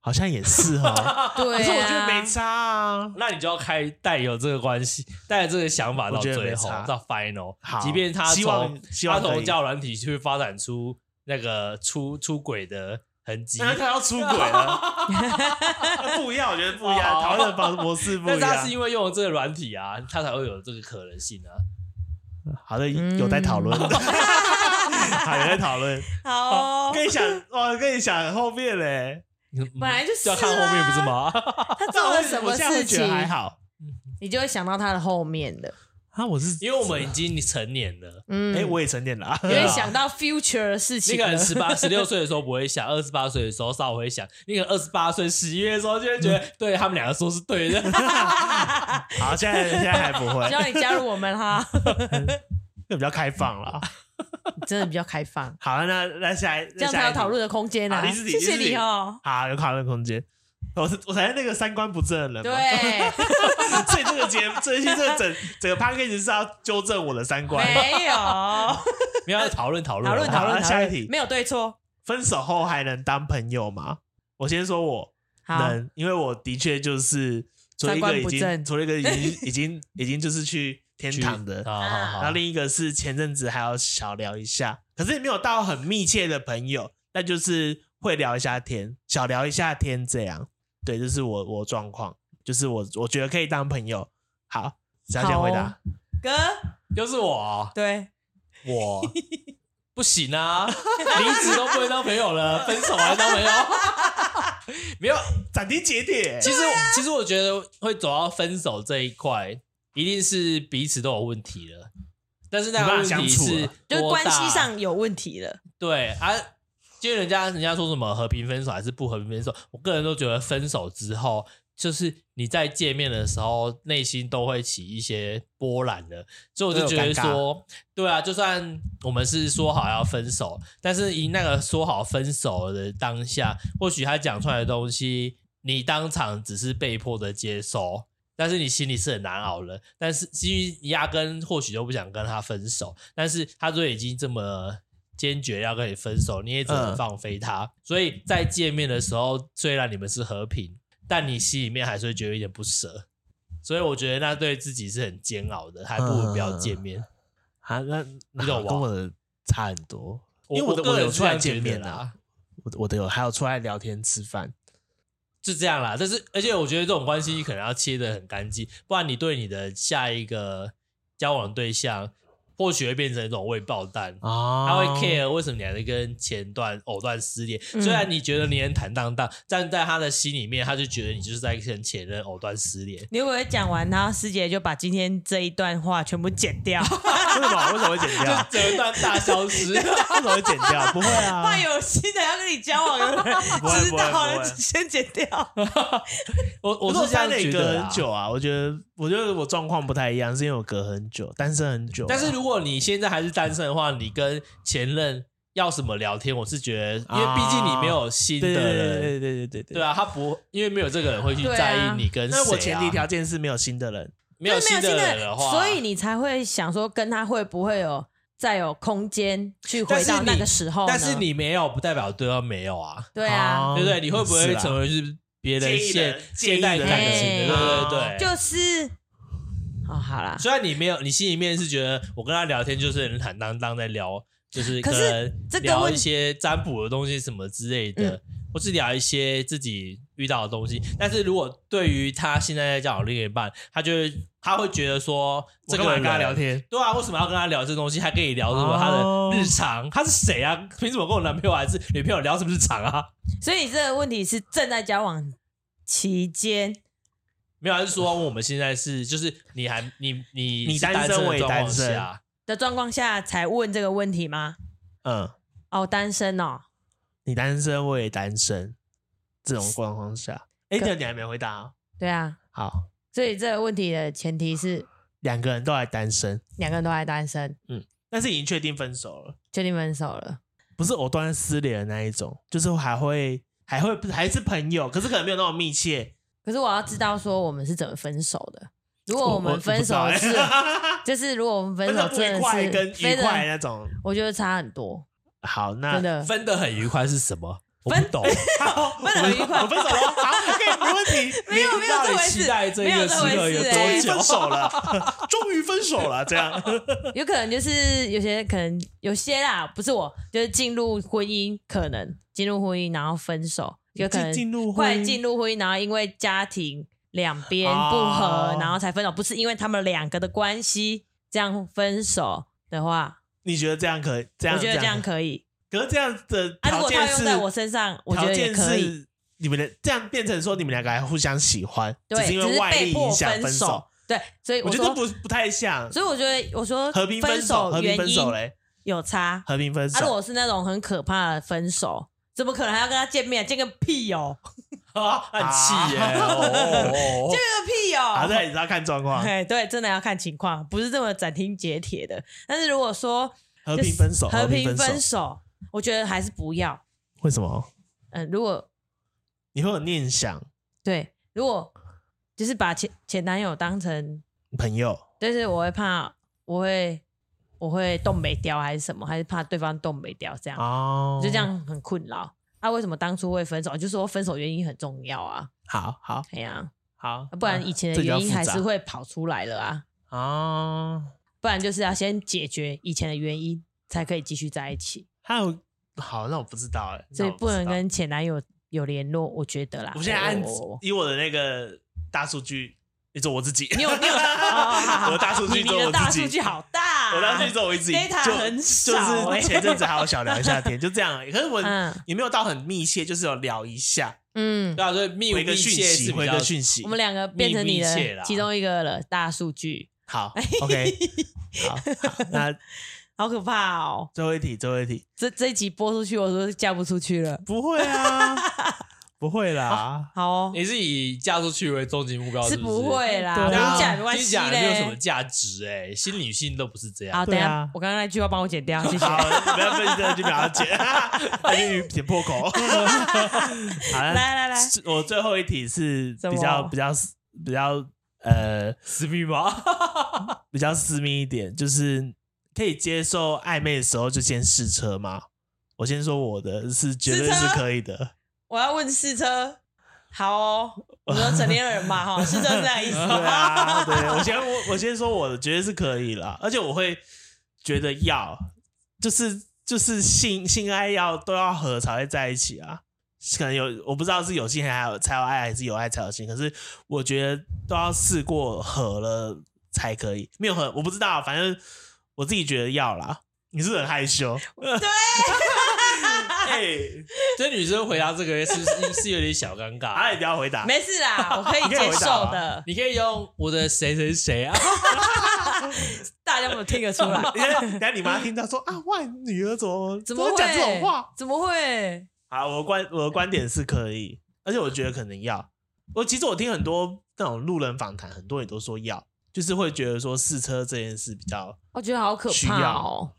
S2: 好像也是 哦。
S3: 对、啊，
S2: 可是我觉得没差啊。
S1: 那你就要开带有这个关系， 带着这个想法到
S2: 我觉得
S1: 最
S2: 没
S1: 后
S2: 差
S1: 到 final。
S2: 好
S1: 即便他
S2: 希望
S1: 从
S2: 希望
S1: 他
S2: 可
S1: 从
S2: 以
S1: 教软体去发展出那个出出轨的痕迹，
S2: 那他要出轨了， 不一样，我觉得不一样，
S1: 哦
S2: 讨论的方模式不
S1: 但
S2: 一
S1: 是他是
S2: 样。
S1: 因为用了这个软体啊，他才会有这个可能性 啊。
S2: 好的，有待讨论，
S1: 嗯
S2: 好有待讨论。
S3: 好、哦，
S2: 跟你想， 哇，跟你想后面嘞，
S1: 本
S3: 本来就是
S1: 要看后面不是
S3: 啊
S1: 吗？
S3: 他做了什么
S2: 我现在
S3: 事
S2: 会觉
S3: 情
S2: 得，还好
S3: 你就会想到他的后面的。
S2: 啊。我是
S1: 因为我们已经成年了。
S3: 嗯，
S2: 哎，我也成年了啊，
S3: 你会想到 future 的事
S1: 你
S3: 情
S1: 可
S3: 了。
S1: 能 十八、十六岁的时候不会想，二十八岁的时候稍微会想，你可能二十八岁十一月的时候就会觉 得，对他们两个说是对的。
S2: 好，现在现在还不会
S3: 希，望你加入我们哈，
S2: 就 比较开放了。
S3: 你真的比较开放，
S2: 好，那那下一
S3: 这样才有讨。
S2: 那下一题
S3: 论的空间
S2: 好
S3: 啊。
S2: 第四题
S3: 谢谢
S2: 第四题
S3: 你哦。
S2: 好，有讨论空间。我是我才是那个三观不正的人
S3: 对
S2: 嘛，， 所以这个节目，所以这个整整个 p a c k a g e 是要纠正我的三观。
S3: 没 有
S1: 没有要讨论讨论
S3: 讨论讨
S2: 好
S3: 论
S2: 那
S3: 讨
S2: 下一
S3: 论
S2: 题，
S3: 没有对错。
S2: 分手后还能当朋友吗？我先说我
S3: 好，
S2: 能，因为我的确就是除了
S3: 三
S2: 一个
S3: 观
S2: 已
S3: 不正
S2: 经，除了一个已经已经已经就是去天
S1: 去哦
S2: 堂的，
S1: 好好好
S2: 然后另一个是前阵子还要小聊一下，可是也没有到很密切的朋友，但就是会聊一下天，小聊一下天这样。对，这是我我状况，就是我我觉得可以当朋友。好，小姐
S3: 好哦
S2: 回答，
S3: 哥，
S1: 又是我哦，
S3: 对，
S1: 我 不行啊，离职都不能当朋友 了，分手还当朋友？没有，
S2: 斩钉截铁。
S1: 其实、其实我觉得会走到分手这一块，一定是彼此都有问题了。但是那
S2: 没
S1: 个
S2: 办
S1: 问
S2: 法
S1: 题
S2: 相处
S1: 是
S2: 了
S3: 就是
S1: 多
S3: 关
S1: 大
S3: 系上有问题了。
S1: 对啊，就人家人家说什么和平分手还是不和平分手，我个人都觉得分手之后，就是你在见面的时候，内心都会起一些波澜的，所以我就觉得
S2: 都
S1: 说，对啊，就算我们是说好要分手，但是以那个说好分手的当下，或许他讲出来的东西，你当场只是被迫的接受。但是你心里是很难熬的，但是基于压根或许都不想跟他分手，但是他都已经这么坚决要跟你分手，你也只能
S2: 嗯
S1: 放飞他。所以在见面的时候，虽然你们是和平，但你心里面还是会觉得有点不舍。所以我觉得那对自己是很煎熬的，还不如不要见面。
S2: 啊，那你
S1: 懂吧
S2: 跟我的差很多，因为
S1: 我
S2: 我的
S1: 个
S2: 我
S1: 人
S2: 有
S1: 是
S2: 出
S1: 这
S2: 来
S1: 样
S2: 见
S1: 觉得
S2: 面啊，
S1: 啦，
S2: 我的我的有还有出来聊天吃饭。
S1: 是这样啦。但是而且我觉得这种关系你可能要切得很干净，不然你对你的下一个交往对象或许会变成一种未爆弹。
S2: 啊
S1: 哦他会 care 为什么你还是跟前段藕断丝连？
S3: 嗯
S1: 虽然你觉得你很坦荡荡，但在他的心里面，他就觉得你就是在跟前任藕断丝连。
S3: 你会不会讲完，然后师姐就把今天这一段话全部剪 掉？
S2: 为什么？为什么会剪掉？
S1: 整段大消失，
S2: 为什么会剪掉？不会啊，
S3: 怕有新的要跟你交往的人
S2: 不 会
S3: 知
S2: 不会
S3: 道
S2: 不
S3: 了，
S2: 会
S3: 先剪掉。
S1: 我我
S2: 可
S1: 是这样
S2: 删了
S1: 觉
S2: 一
S1: 得
S2: 隔
S1: 啦
S2: 很。久啊，我觉得我觉得我状况不太一样，是因为我隔很久，单身很久啊。
S1: 但是如果你现在还是单身的话，你跟前任要什么聊天？我是觉得，因为毕竟你没有新的
S2: 啊对对对
S1: 人，
S2: 对对对对
S1: 对啊，他不因为没有这个人会去在
S3: 对啊
S1: 意你跟谁啊。
S2: 那我前提条件是没有新的人，
S1: 没有
S3: 就
S1: 新的人的话，
S3: 所以你才会想说跟他会不会有再有空间去
S1: 但
S3: 回
S1: 是
S3: 到
S1: 你
S3: 哦那个时候呢
S1: 但是你没有，不代表对方没有啊。
S3: 对啊，
S2: 哦
S1: 对不对？你会不会
S2: 是啊
S1: 成为是别人
S2: 介意
S1: 现
S2: 的介
S1: 现
S2: 意
S1: 代
S2: 的
S1: 感
S3: 人
S1: 情的？
S2: 哎
S1: 对对对。
S3: 就是哦，好啦，
S1: 虽然你没有，你心里面是觉得我跟他聊天就是很坦荡荡在聊，就是
S3: 可是
S1: 能
S3: 这个
S1: 聊
S3: 问嗯
S1: 一些占卜的东西什么之类的，或是聊一些自己遇到的东西。但是如果对于他现在在交往另一半，他就会他会觉得说这
S2: 我
S1: 个
S2: 干嘛跟他
S1: 人
S2: 聊天。
S1: 对啊，为什么要跟他聊这东西？还可以聊什么他
S2: 哦
S1: 的日常？他是谁啊？凭什么跟我男朋友还是女朋友聊什么日常啊？
S3: 所以这个问题是正在交往期间，
S1: 没有，还是说我们现在是就是你还你你
S2: 你
S1: 是
S2: 单
S1: 单
S2: 身我
S1: 的
S2: 也
S1: 状况
S2: 单身
S1: 下
S3: 的状况下才问这个问题吗？
S2: 嗯，
S3: 哦，单身哦，
S2: 你单身我也单身，这种状况下，哎，你你还没回答哦。
S3: 对啊，
S2: 好，
S3: 所以这个问题的前提是
S2: 两个人都还单身，
S3: 两个人都还单身，
S2: 但是已经确定分手了，
S3: 确定分手了。
S2: 不是藕断丝连的那一种，就是还会还会还是朋友，可是可能没有那么密切。
S3: 可是我要知道说我们是怎么分手的。如果
S2: 我
S3: 我们分手
S2: 我不
S3: 是
S2: 知道欸
S3: 就是如果我们分
S2: 分
S3: 手
S2: 手不
S3: 真
S2: 愉
S3: 的
S2: 快
S3: 是
S2: 跟愉
S3: 非常
S2: 快那啊种。
S3: 我觉得差很多，
S2: 好，那
S3: 真的
S1: 分的很愉快是什么？我
S3: 分
S1: 不 懂，
S2: 好，
S3: 分手愉快
S2: 我分手了，好，可 以没问题。
S3: 没有没有
S1: 到
S3: 这
S1: 底
S3: 回
S1: 期
S3: 事，
S1: 待这
S3: 没有
S1: 个时
S3: 这回
S1: 刻
S3: 事
S1: 有多
S2: 终于
S3: 欸
S1: 久
S2: 分手了， 终于分手了，这样。
S3: 有可能就是有些可能有些啦，不是我，就是进入婚姻，可能进入婚姻然后分手， 有可能
S2: 进进入婚姻
S3: 快进入婚姻，然后因为家庭两边不
S2: 哦
S3: 和，然后才分手，不是因为他们两个的关系这样分手的话，
S2: 你觉得这样可以？这样
S3: 我觉得这样可以。
S2: 可是这样的
S3: 啊，如
S2: 条
S3: 果
S2: 件
S3: 他用
S2: 是，
S3: 在我身上，我觉
S2: 条
S3: 得也
S2: 件
S3: 可以。
S2: 是你们的这样变成说你们两个还互相喜欢，
S3: 对，
S2: 是因
S3: 只
S2: 为
S3: 是
S2: 外力
S3: 被迫
S2: 影响
S3: 分
S2: 手。，
S3: 对，所以
S2: 我觉得
S3: 说，
S2: 不不太像
S3: 所以我觉得我说
S2: 和平分
S3: 手
S2: 和平
S3: 原
S2: 分手
S3: 因
S2: 嘞，
S3: 有差，
S2: 和平分
S3: 啊，如
S2: 手。
S3: 果是那种很可怕的分手，怎么可能还要跟他见面？见个屁哦，
S1: 啊？很气 耶！
S2: 啊
S1: 哦
S3: 见个屁哦！
S2: 好，这你知道看 状况，
S3: 嘿对，真的要看情况，不是这么斩钉截铁的。但是如果说
S2: 和
S3: 就是
S2: 平分手，
S3: 和
S2: 平
S3: 平
S2: 分
S3: 分手，我觉得还是不要。
S2: 为什么？
S3: 嗯、如果
S2: 你会有念想
S3: 对，如果就是把前前男友当成，
S2: 朋友，
S3: 就是我会怕，我会我会冻没掉还是什么，还是怕对方冻没掉这样，
S2: 哦，
S3: 就这。样很困扰。啊，为什么当初会分手？就说分手原因很重要啊，
S2: 好好
S3: 哎呀、
S2: 好，
S3: 不然以前的原因还是会跑出来了啊。
S2: 啊。
S3: 不然就是要先解决以前的原因，才可以继续在一起。
S2: 还有好，那我不知道哎，
S3: 所以
S2: 那我
S3: 不
S2: 知道
S3: 能。跟前男友有联络，我觉得啦。
S2: 我现在按
S3: 我
S2: 以我的那个大数据，你做我自己，
S3: 你有你有
S2: 我的大数据
S3: 你
S2: 做
S3: 你的
S2: 我
S3: 大
S2: 自
S3: 数
S2: 己
S3: 据。好大、啊，
S2: 我大数据做我自己，
S3: data
S2: 就
S3: 很少
S2: 就
S3: 欸
S2: 是前阵子还有小聊一下 天，就这样而已。可是我
S3: 嗯
S2: 也没有到很密切，就是有聊一下，
S3: 嗯，
S1: 对啊，所以密
S2: 回个
S1: 密
S2: 讯
S1: 切
S2: 息，
S1: 是比
S2: 回
S1: 较
S2: 个讯息
S3: 我。们两个变成你
S1: 密切
S3: 的
S1: 啦
S3: 其中一个了，大数据，
S2: 好，OK，好，好那
S3: 好可怕哦！
S2: 最后一题，最后一题，
S3: 这这一集播出去，我都嫁不出去了。
S2: 不会啊，不会啦，
S3: 好哦，
S1: 你是以嫁出去为终极目标，
S3: 是
S1: 是不
S3: 不会啦，
S2: 对啊
S3: 你讲没关
S1: 听
S3: 系
S1: 起来没有什么
S3: 嘞。
S1: 价值哎，新女性都不是这
S3: 好，
S1: 样。
S3: 等一
S2: 对
S3: 下
S2: 啊
S3: 我刚刚那句话帮我剪掉，谢谢。
S2: 好，不要被这就不 要剪， 那就剪破口。好
S3: 来
S2: 了，
S3: 来来，
S2: 是我最后一题是
S3: 什么
S2: 比较比较比较呃
S1: 私密吗？
S2: 比较私密一点，就是可以接受暧昧的时候就先试车吗？我先说我的是绝对
S3: 试
S2: 是
S3: 车
S2: 可以的，
S3: 我要问试车，好哦，我说成年人嘛，哈，试车是这样意思
S2: 对
S3: 吗？
S2: 啊， 对，我先我我先说我的绝对是可以啦，而且我会觉得要就是就是性性爱要都要合才会在一起啊。可能有我不知道是有性还有才有爱，还是有爱才有性。可是我觉得都要试过合了才可以，没有合我不知道，反正我自己觉得要啦。你是不是很害羞， 哎对，
S1: 这女生回答这个是是 是有点小尴尬。
S2: 哎，阿也不要回答，
S3: 没事啦，我可以
S2: 你可以
S3: 接
S2: 回答
S3: 受
S2: 吧
S3: 的，
S1: 你可以用我的谁谁谁 啊，
S3: 大家有没有听得出来？
S2: 等一下等一下你妈听到说啊，哇，你女儿怎么
S3: 怎么会
S2: 讲这种话？？
S3: 怎么会？
S2: 好，我的观我的观点是可以，而且我觉得可能要。我其实我听很多那种路人访谈，很多人都说要，就是会觉得说试车这件事比较
S3: 我觉得好可
S2: 需
S3: 怕
S2: 要
S3: 哦！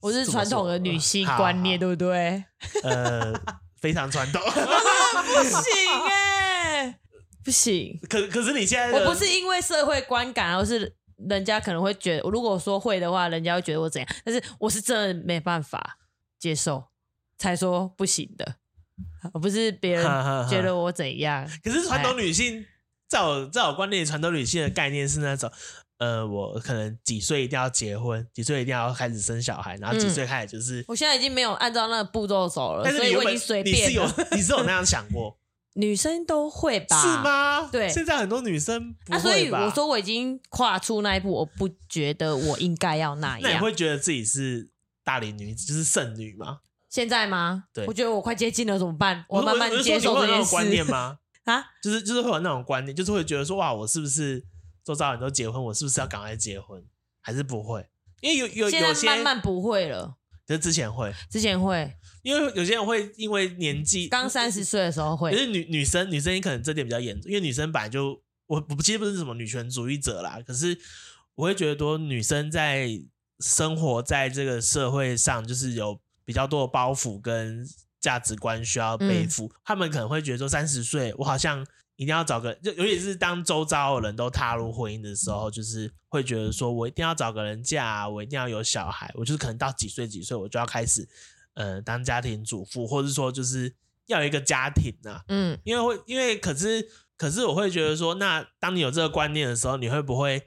S3: 我是传统的女性观念，
S2: 好
S3: 对不对？
S2: 呃非常传统。
S3: 不行哎、不行！
S2: 可可是你现在的
S3: 我不是因为社会观感，而是人家可能会觉得，如果我说会的话，人家会觉得我怎样，但是我是真的没办法接受，才说不行的，而不是别人觉得我怎样。
S2: 可是传
S3: 哎
S2: 统女性，在我在我观念里，传统女性的概念是那种，呃，我可能几岁一定要结婚，几岁一定要开始生小孩，然后几岁开始就是。
S3: 嗯我现在已经没有按照那个步骤走了，
S2: 但是
S3: 所
S2: 你
S3: 以
S2: 原
S3: 我已
S2: 本
S3: 经随
S2: 你是
S3: 便
S2: 有
S3: 了。
S2: 你是有那样想 过
S3: 女生都会吧？
S2: 是吗？
S3: 对
S2: 现在很多女生不
S3: 啊，所
S2: 会
S3: 以
S2: 吧？
S3: 我说我已经跨出那一步，我不觉得我应该要那
S2: 那你
S3: 啊样。
S2: 会觉得自己是大龄女子，就是剩女吗？
S3: 现在吗？
S2: 对
S3: 我觉得我快接近了，怎么办？
S2: 我
S3: 慢慢
S2: 我是说
S3: 接受这
S2: 你会有那
S3: 件
S2: 种观念
S3: 事
S2: 吗？
S3: 啊。
S2: 就是就是会有那种观念，就是会觉得说哇，我是不是周遭人都结婚，我是不是要赶快结婚？还是不会？因为有有
S3: 现在
S2: 有些，
S3: 慢慢不会了，
S2: 就是之前会，
S3: 之前会，
S2: 因为有些人会因为年纪，
S3: 刚三十岁的时候
S2: 可
S3: 会。
S2: 是女女生女生可能这点比较严重，因为女生本来就我我其实不是什么女权主义者啦，可是我会觉得说女生在生活在这个社会上，就是有比较多的包袱跟价值观需要背负，她、们可能会觉得说三十岁我好像。一定要找个，就尤其是当周遭的人都踏入婚姻的时候，就是会觉得说，我一定要找个人嫁，啊我一定要有小孩，我就是可能到几岁几岁，我就要开始呃当家庭主妇，或者说就是要有一个家庭啊呐、
S3: 嗯，
S2: 因为会因为可是可是我会觉得说，那当你有这个观念的时候，你会不会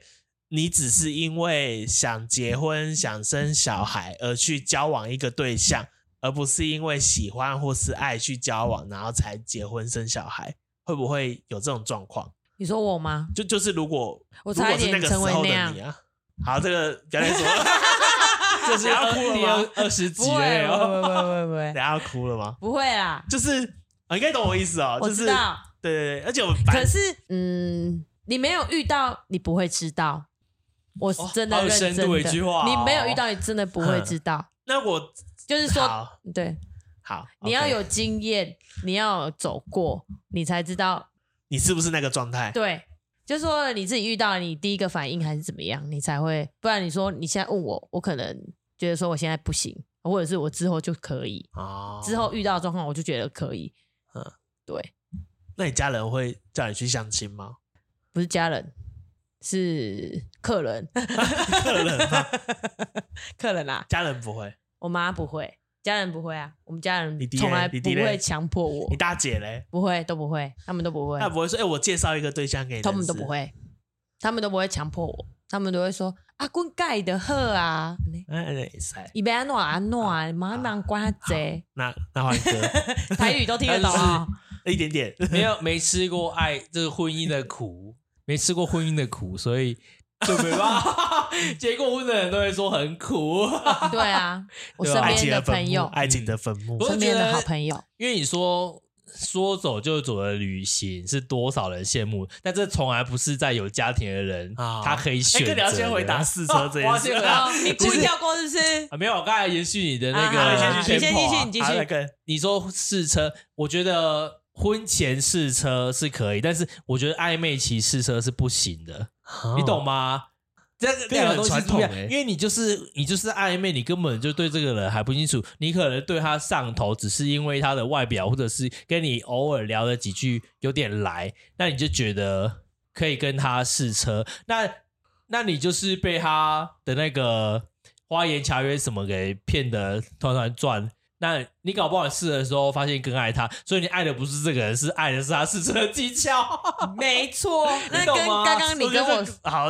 S2: 你只是因为想结婚、想生小孩而去交往一个对象，而不是因为喜欢或是爱去交往，然后才结婚生小孩？会不会有这种状况？
S3: 你说我吗？
S2: 就就是如果
S3: 我
S2: 如
S3: 差
S2: 果
S3: 一
S2: 是那
S3: 点
S2: 个时
S3: 成为
S2: 候
S3: 那
S2: 的
S3: 样
S2: 你，啊，好，这个不要再说了，
S1: 这是
S2: 你要哭了哎
S1: 第
S2: 吗
S1: 二二十
S3: 不
S1: 集
S3: 会，
S1: 了
S3: 不
S1: 哦。
S3: 会，不会，不会不
S2: 等
S3: 会，
S2: 一下要哭了吗？
S3: 不会啦。
S2: 就是啊，应该懂我意思哦，
S3: 我
S2: 就是
S3: 知道，
S2: 对对对，而且我
S3: 可
S2: 反
S3: 是嗯，你没有遇到，你不会知道。我
S2: 哦
S3: 是真的
S1: 好有
S3: 认
S1: 深
S3: 真的，
S1: 度的一句话哦
S3: 你没有遇到，你真的不会知道。
S2: 那我
S3: 就是说，
S2: 好
S3: 对，
S2: 好，
S3: 你要
S2: OK
S3: 有经验，你要有走过，你才知道。
S2: 你是不是那个状态？
S3: 对，就是说你自己遇到，你第一个反应还是怎么样，你才会。不然你说你现在问我，我可能觉得说我现在不行，或者是我之后就可以，
S2: 哦，
S3: 之后遇到的状况我就觉得可以。嗯
S2: 嗯，
S3: 对，
S2: 那你家人会叫你去相亲吗？
S3: 不是家人，是客 人，
S2: 客人吗？
S3: 客人啊，
S2: 家人不会，
S3: 我妈不会，家人不会啊，我们家人
S2: 你弟嘞
S3: 从来
S2: 你
S3: 不
S2: 弟嘞
S3: 会强迫我
S2: 你，大姐嘞？
S3: 不会都不会，他们都不会
S2: 她，不会说，哎、我介绍一个对象给你，
S3: 他们都不。会，他们都不会强迫我，他们都会说啊，滚盖的喝啊，
S2: 哎，那也是。
S3: 你别安诺安诺
S2: 嗯
S3: 啊，妈妈管他贼，
S2: 那那换歌
S3: 台语都听 得懂啊，
S2: 一点点，
S1: 没有没吃过爱这个婚姻的苦，没吃过婚姻的苦，所以就没办法。结过婚的人都会说很苦，
S3: 对 啊，我
S1: 对
S3: 身
S1: 吧
S2: 爱
S3: 边
S2: 情
S3: 的
S2: 的坟
S3: 朋
S2: 墓，
S3: 友，
S2: 爱情的坟墓
S1: 不。
S3: 身边的好朋友，
S1: 因为你说说走就走的旅行是多少人羡慕，但这从来不是在有家庭的人、
S2: 啊
S1: 他可以选
S2: 哎
S1: 择的。
S2: 哥你要先回答试车这件事
S1: 啊我要先回答
S3: 哦你故意跳过是不是？
S1: 啊，没有，我刚才延续你的那个，啊
S3: 啊
S2: 好好好你
S3: 先继续你继续
S2: 好，那个
S1: 你说试车，我觉得婚前试车是可以，但是我觉得暧昧期试车是不行的，
S2: 哦
S1: 你懂？吗？这个
S2: 这个
S1: 两个东西
S2: 很
S1: 是不一
S2: 传统
S1: 样，
S2: 欸
S1: 因为你就是你就是暧昧，你根本就对这个人还不清楚，你可能对他上头，只是因为他的外表，或者是跟你偶尔聊了几句有点来，那你就觉得可以跟他试车，那那你就是被他的那个花言巧语什么给骗的团团转。那你搞不好试的时候发现更爱他，所以你爱的不是这个人，是爱的是他试车的技 巧。
S3: 没错，那
S1: 你懂
S3: 跟
S1: 吗
S3: 刚刚你
S2: 我觉
S3: 跟
S2: 得
S3: 我
S2: 这个好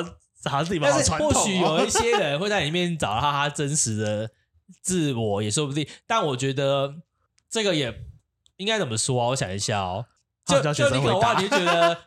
S2: 好，你们好
S1: 但是
S2: 传
S1: 或
S2: 统
S1: 许
S2: 哦
S1: 有一些人会在里面找到他真实的自我，也说不定。但我觉得这个也应该怎么说啊？我想一下哦，
S2: 好叫学
S1: 就
S2: 生
S1: 你
S2: 回
S1: 可
S2: 答
S1: 望，你。就觉得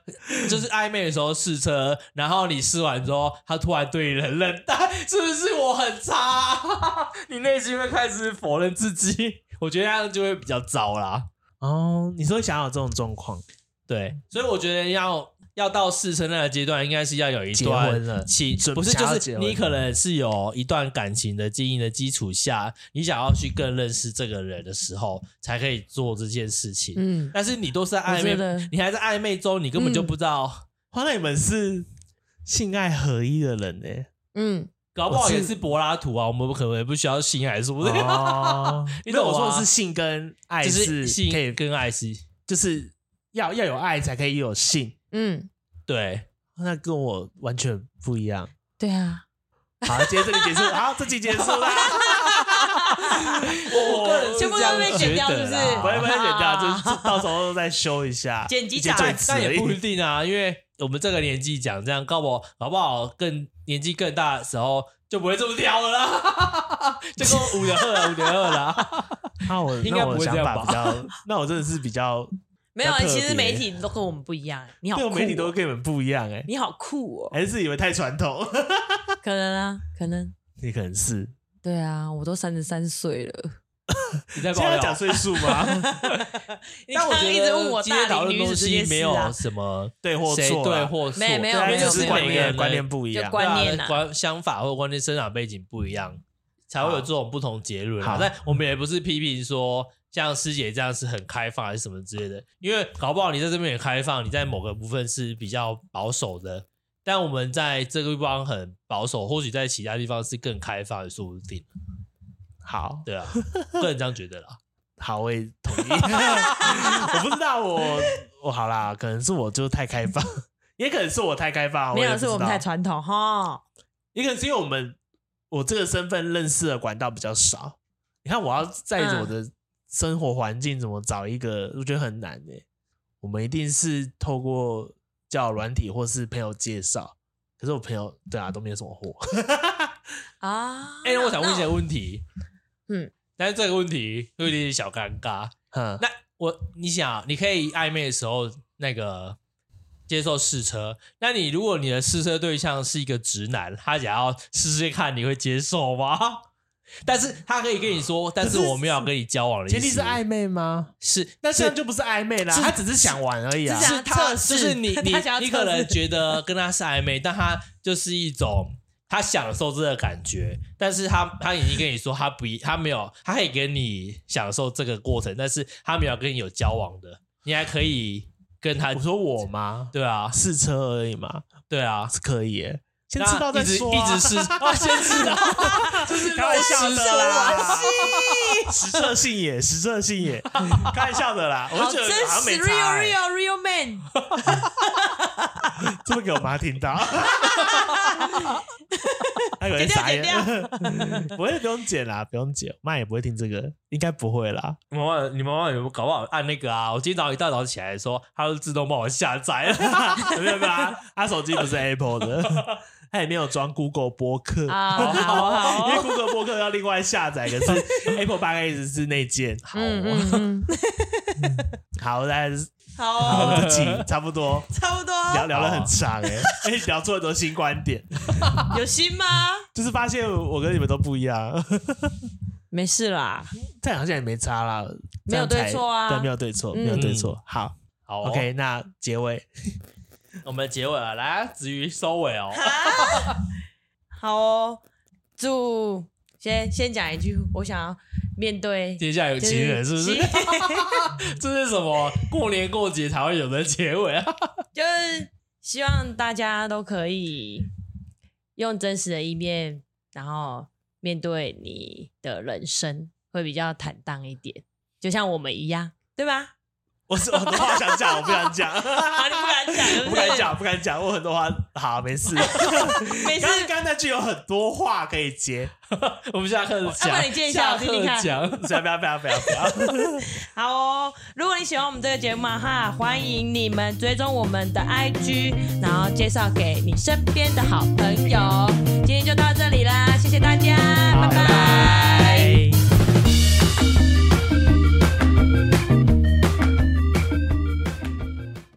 S1: 就是暧昧的时候试车，然后你试完之后，他突然对你很冷淡，是不是我很差？ 你内心会开始否认自己，我觉得那样就会比较糟啦。
S2: 哦，你说想要有这种状况，
S1: 对，所以我觉得要要到试车那个阶段，应该是要有一
S2: 结
S1: 段
S2: 婚了
S1: 情，
S2: 准
S1: 不是
S2: 想要
S1: 就
S2: 结
S1: 是
S2: 婚
S1: 你可能是有一段感情的经营的基础下，你想要去更认识这个人的时候，才可以做这件事情。
S3: 嗯，
S1: 但是你都是在
S3: 我
S1: 暧
S3: 觉得
S1: 昧，你还在暧昧中，你根本就
S3: 嗯
S1: 不知道，
S2: 花奈你们是性爱合一的人呢、
S3: 嗯，
S1: 搞不好
S2: 我是
S1: 也是柏拉图啊，我们可能不需要性爱，是不是？
S2: 哦，
S1: 你
S2: 没有
S1: 懂
S2: 我说的
S1: 吗
S2: 是性跟爱
S1: 就是是性
S2: 可以，
S1: 跟爱是，
S2: 就是要要有爱才可以有性，
S3: 嗯，
S1: 对，
S2: 那跟我完全不一样。
S3: 对啊，
S2: 好，今天这里结束，好，这集结束啦。
S1: 我我个人是
S3: 全部都
S1: 这样
S3: 被剪掉
S1: 觉得
S3: 是不
S1: 啦
S3: 是
S2: 不会不会剪掉，
S3: 啊
S2: 就是到时候再修一下，
S3: 剪辑
S2: 一些
S3: 长
S2: 赘
S1: 但
S2: 词
S1: 但
S2: 而
S1: 也
S2: 已
S1: 不一定啊，因为我们这个年纪讲这样，搞不好搞不好更年纪更大的时候就不会这么挑了啦， 就跟五点二了，五点二啦。
S2: 那我
S1: 应该
S2: 那我
S1: 不会
S2: 想
S1: 这样
S2: 法
S1: 吧
S2: 比较，那我真的是比较，
S3: 没有啊，
S2: 比较特
S3: 其实
S2: 别
S3: 媒体都跟我们不一样，你好
S2: 对
S3: 酷
S2: 我
S3: 哦，
S2: 媒体都跟你们不一样哎，
S3: 你好酷 哦，
S2: 还是以为太传 统，
S3: 可能啊，可能，
S2: 你可能是
S3: 对啊，我都三十三岁了，
S1: 你在
S2: 现
S1: 爆
S2: 在要
S1: 料
S2: 讲岁 数吗？
S3: 你
S1: 但
S3: 刚
S1: 我
S3: 刚
S1: 觉
S3: 一直问
S1: 得
S3: 我
S1: 今天讨
S3: 大龄
S1: 论
S3: 女
S1: 东
S3: 子这件
S1: 西没
S3: 事啊
S1: 有，什么
S2: 对啊或
S1: 谁
S2: 错
S1: 对
S2: 啦，
S1: 或错，
S3: 没有没有
S1: 对啊
S2: 对啊
S3: 没有
S2: 就
S1: 就是是
S3: 没有
S2: 观
S1: 每个
S2: 念
S1: 人
S2: 观念不一
S3: 就
S2: 样，
S3: 观念啊
S1: 对观想法或观念、生长背景不一样，才会有这种不同结论啊
S2: 好。
S1: 但我们也不是批评说像师姐这样是很开放还是什么之类的，因为搞不好你在这边也开放，你在某个部分是比较保守的，但我们在这个地方很保守，或许在其他地方是更开放的，说不定。
S2: 好
S1: 对啊，个人这样觉得啦。
S2: 好，我也同意。 我不知道我我好啦，可能是我就太开放，也可能是我太开放，
S3: 没
S2: 也
S3: 有
S2: 不知
S3: 是我们
S2: 道
S3: 太，传统哈，哦
S2: 也可能是因为我们我这个身份认识的管道比较少。你看，我要带
S3: 嗯
S2: 着我的生活环境怎么找一个，我觉得很难诶、我们一定是透过交友软体或是朋友介绍，可是我朋友对啊都没有什么货。
S3: 啊，
S1: 哎、我想问一
S3: 那
S1: 些问题。
S3: 嗯，
S1: 但是这个问题有点小尴尬。
S2: 嗯，
S1: 那我你想，啊你可以暧昧的时候那个接受试车，那你如果你的试车对象是一个直男，他想要试试看，你会接受吗？ 但是他可以跟你说，但是
S2: 可是
S1: 我没有要跟你交往的意思，
S2: 前提是暧昧吗？
S1: 是，
S2: 那这样
S1: 是
S2: 就不是暧昧啦，
S1: 是
S2: 他只是想玩而已啊
S3: 只。想
S1: 是他
S3: 测试
S1: 就是 你你
S3: 他想要
S1: 你
S3: 测
S1: 可
S3: 试
S1: 能觉得跟他是暧昧，但他就是一种。他享受这个感觉，但是他他已经跟你说他不他没有，他可以跟你享受这个过程，但是他没有跟你有交往的，你还可以跟他
S2: 我说我吗？
S1: 对 啊，
S2: 试车而已嘛，
S1: 对啊，
S2: 是可以耶。先
S1: 那
S2: 吃到再说、啊
S1: 一直一直 试啊，先吃到，
S2: 是开玩笑的啦，实测性也，实测性也，开玩笑的啦。我
S3: 好
S2: 就觉
S3: 真
S2: 得好像没
S3: 实
S2: 差、
S3: real
S2: 欸，
S3: real real man，
S2: 这么给我妈听到，她可能
S3: 剪掉
S2: 傻眼
S3: 剪。
S2: 不会，不用剪啦，不用剪，妈也不会听这个，应该不会啦。
S1: 你们忘了你们忘了有搞不好按那个啊，我今天早上一大早起来说，它就自动帮我下载了。
S2: 没有没有啊，她手机不是 Apple 的，她也没有装 Google 播客。
S3: 啊，好好好
S2: 因为 Google 播客要另外下载，可是 Apple 大概一直是内建。好
S3: 嗯嗯嗯，
S2: 好，大家
S3: 好
S2: 我
S3: 哦，
S2: 们这集差不多
S3: 差不多，
S2: 聊聊得很长哎、欸，而且聊出很多新观点，
S3: 有心吗？
S2: 就是发现我跟你们都不一样，
S3: 没事啦，
S2: 这样好像也没差啦，
S3: 没有
S2: 这样才
S3: 对错啊
S2: 对，没有对错，没有对错。好
S1: 好哦、
S2: ，OK，那结尾
S1: 我们结尾了，来啊，子瑜收尾哦。
S3: 好哦，祝先先讲一句，我想要面对
S1: 天下有情人是不是？
S3: 就是
S1: 这是什么过年过节才会有的结尾啊？
S3: 就是希望大家都可以用真实的一面，然后面对你的人生，会比较坦荡一点，就像我们一样，对 吧？
S2: 我是我很多话想讲，我不 想讲，
S3: 啊，你不敢讲，对
S2: 不
S3: 对
S2: 敢，讲，不敢讲，我很多话，好，没事。
S3: 没事
S2: 刚。刚刚那句有很多话可以接，
S1: 我们下课
S3: 要啊不
S1: 讲，
S3: 然你接一下
S1: 下
S3: 我听
S1: 课
S3: 听看
S1: 讲。
S2: 不要不要不要不要不要，
S3: 好哦，如果你喜欢我们这个节目啊哈，欢迎你们追踪我们的 IG，然后介绍给你身边的好朋友。今天就到这里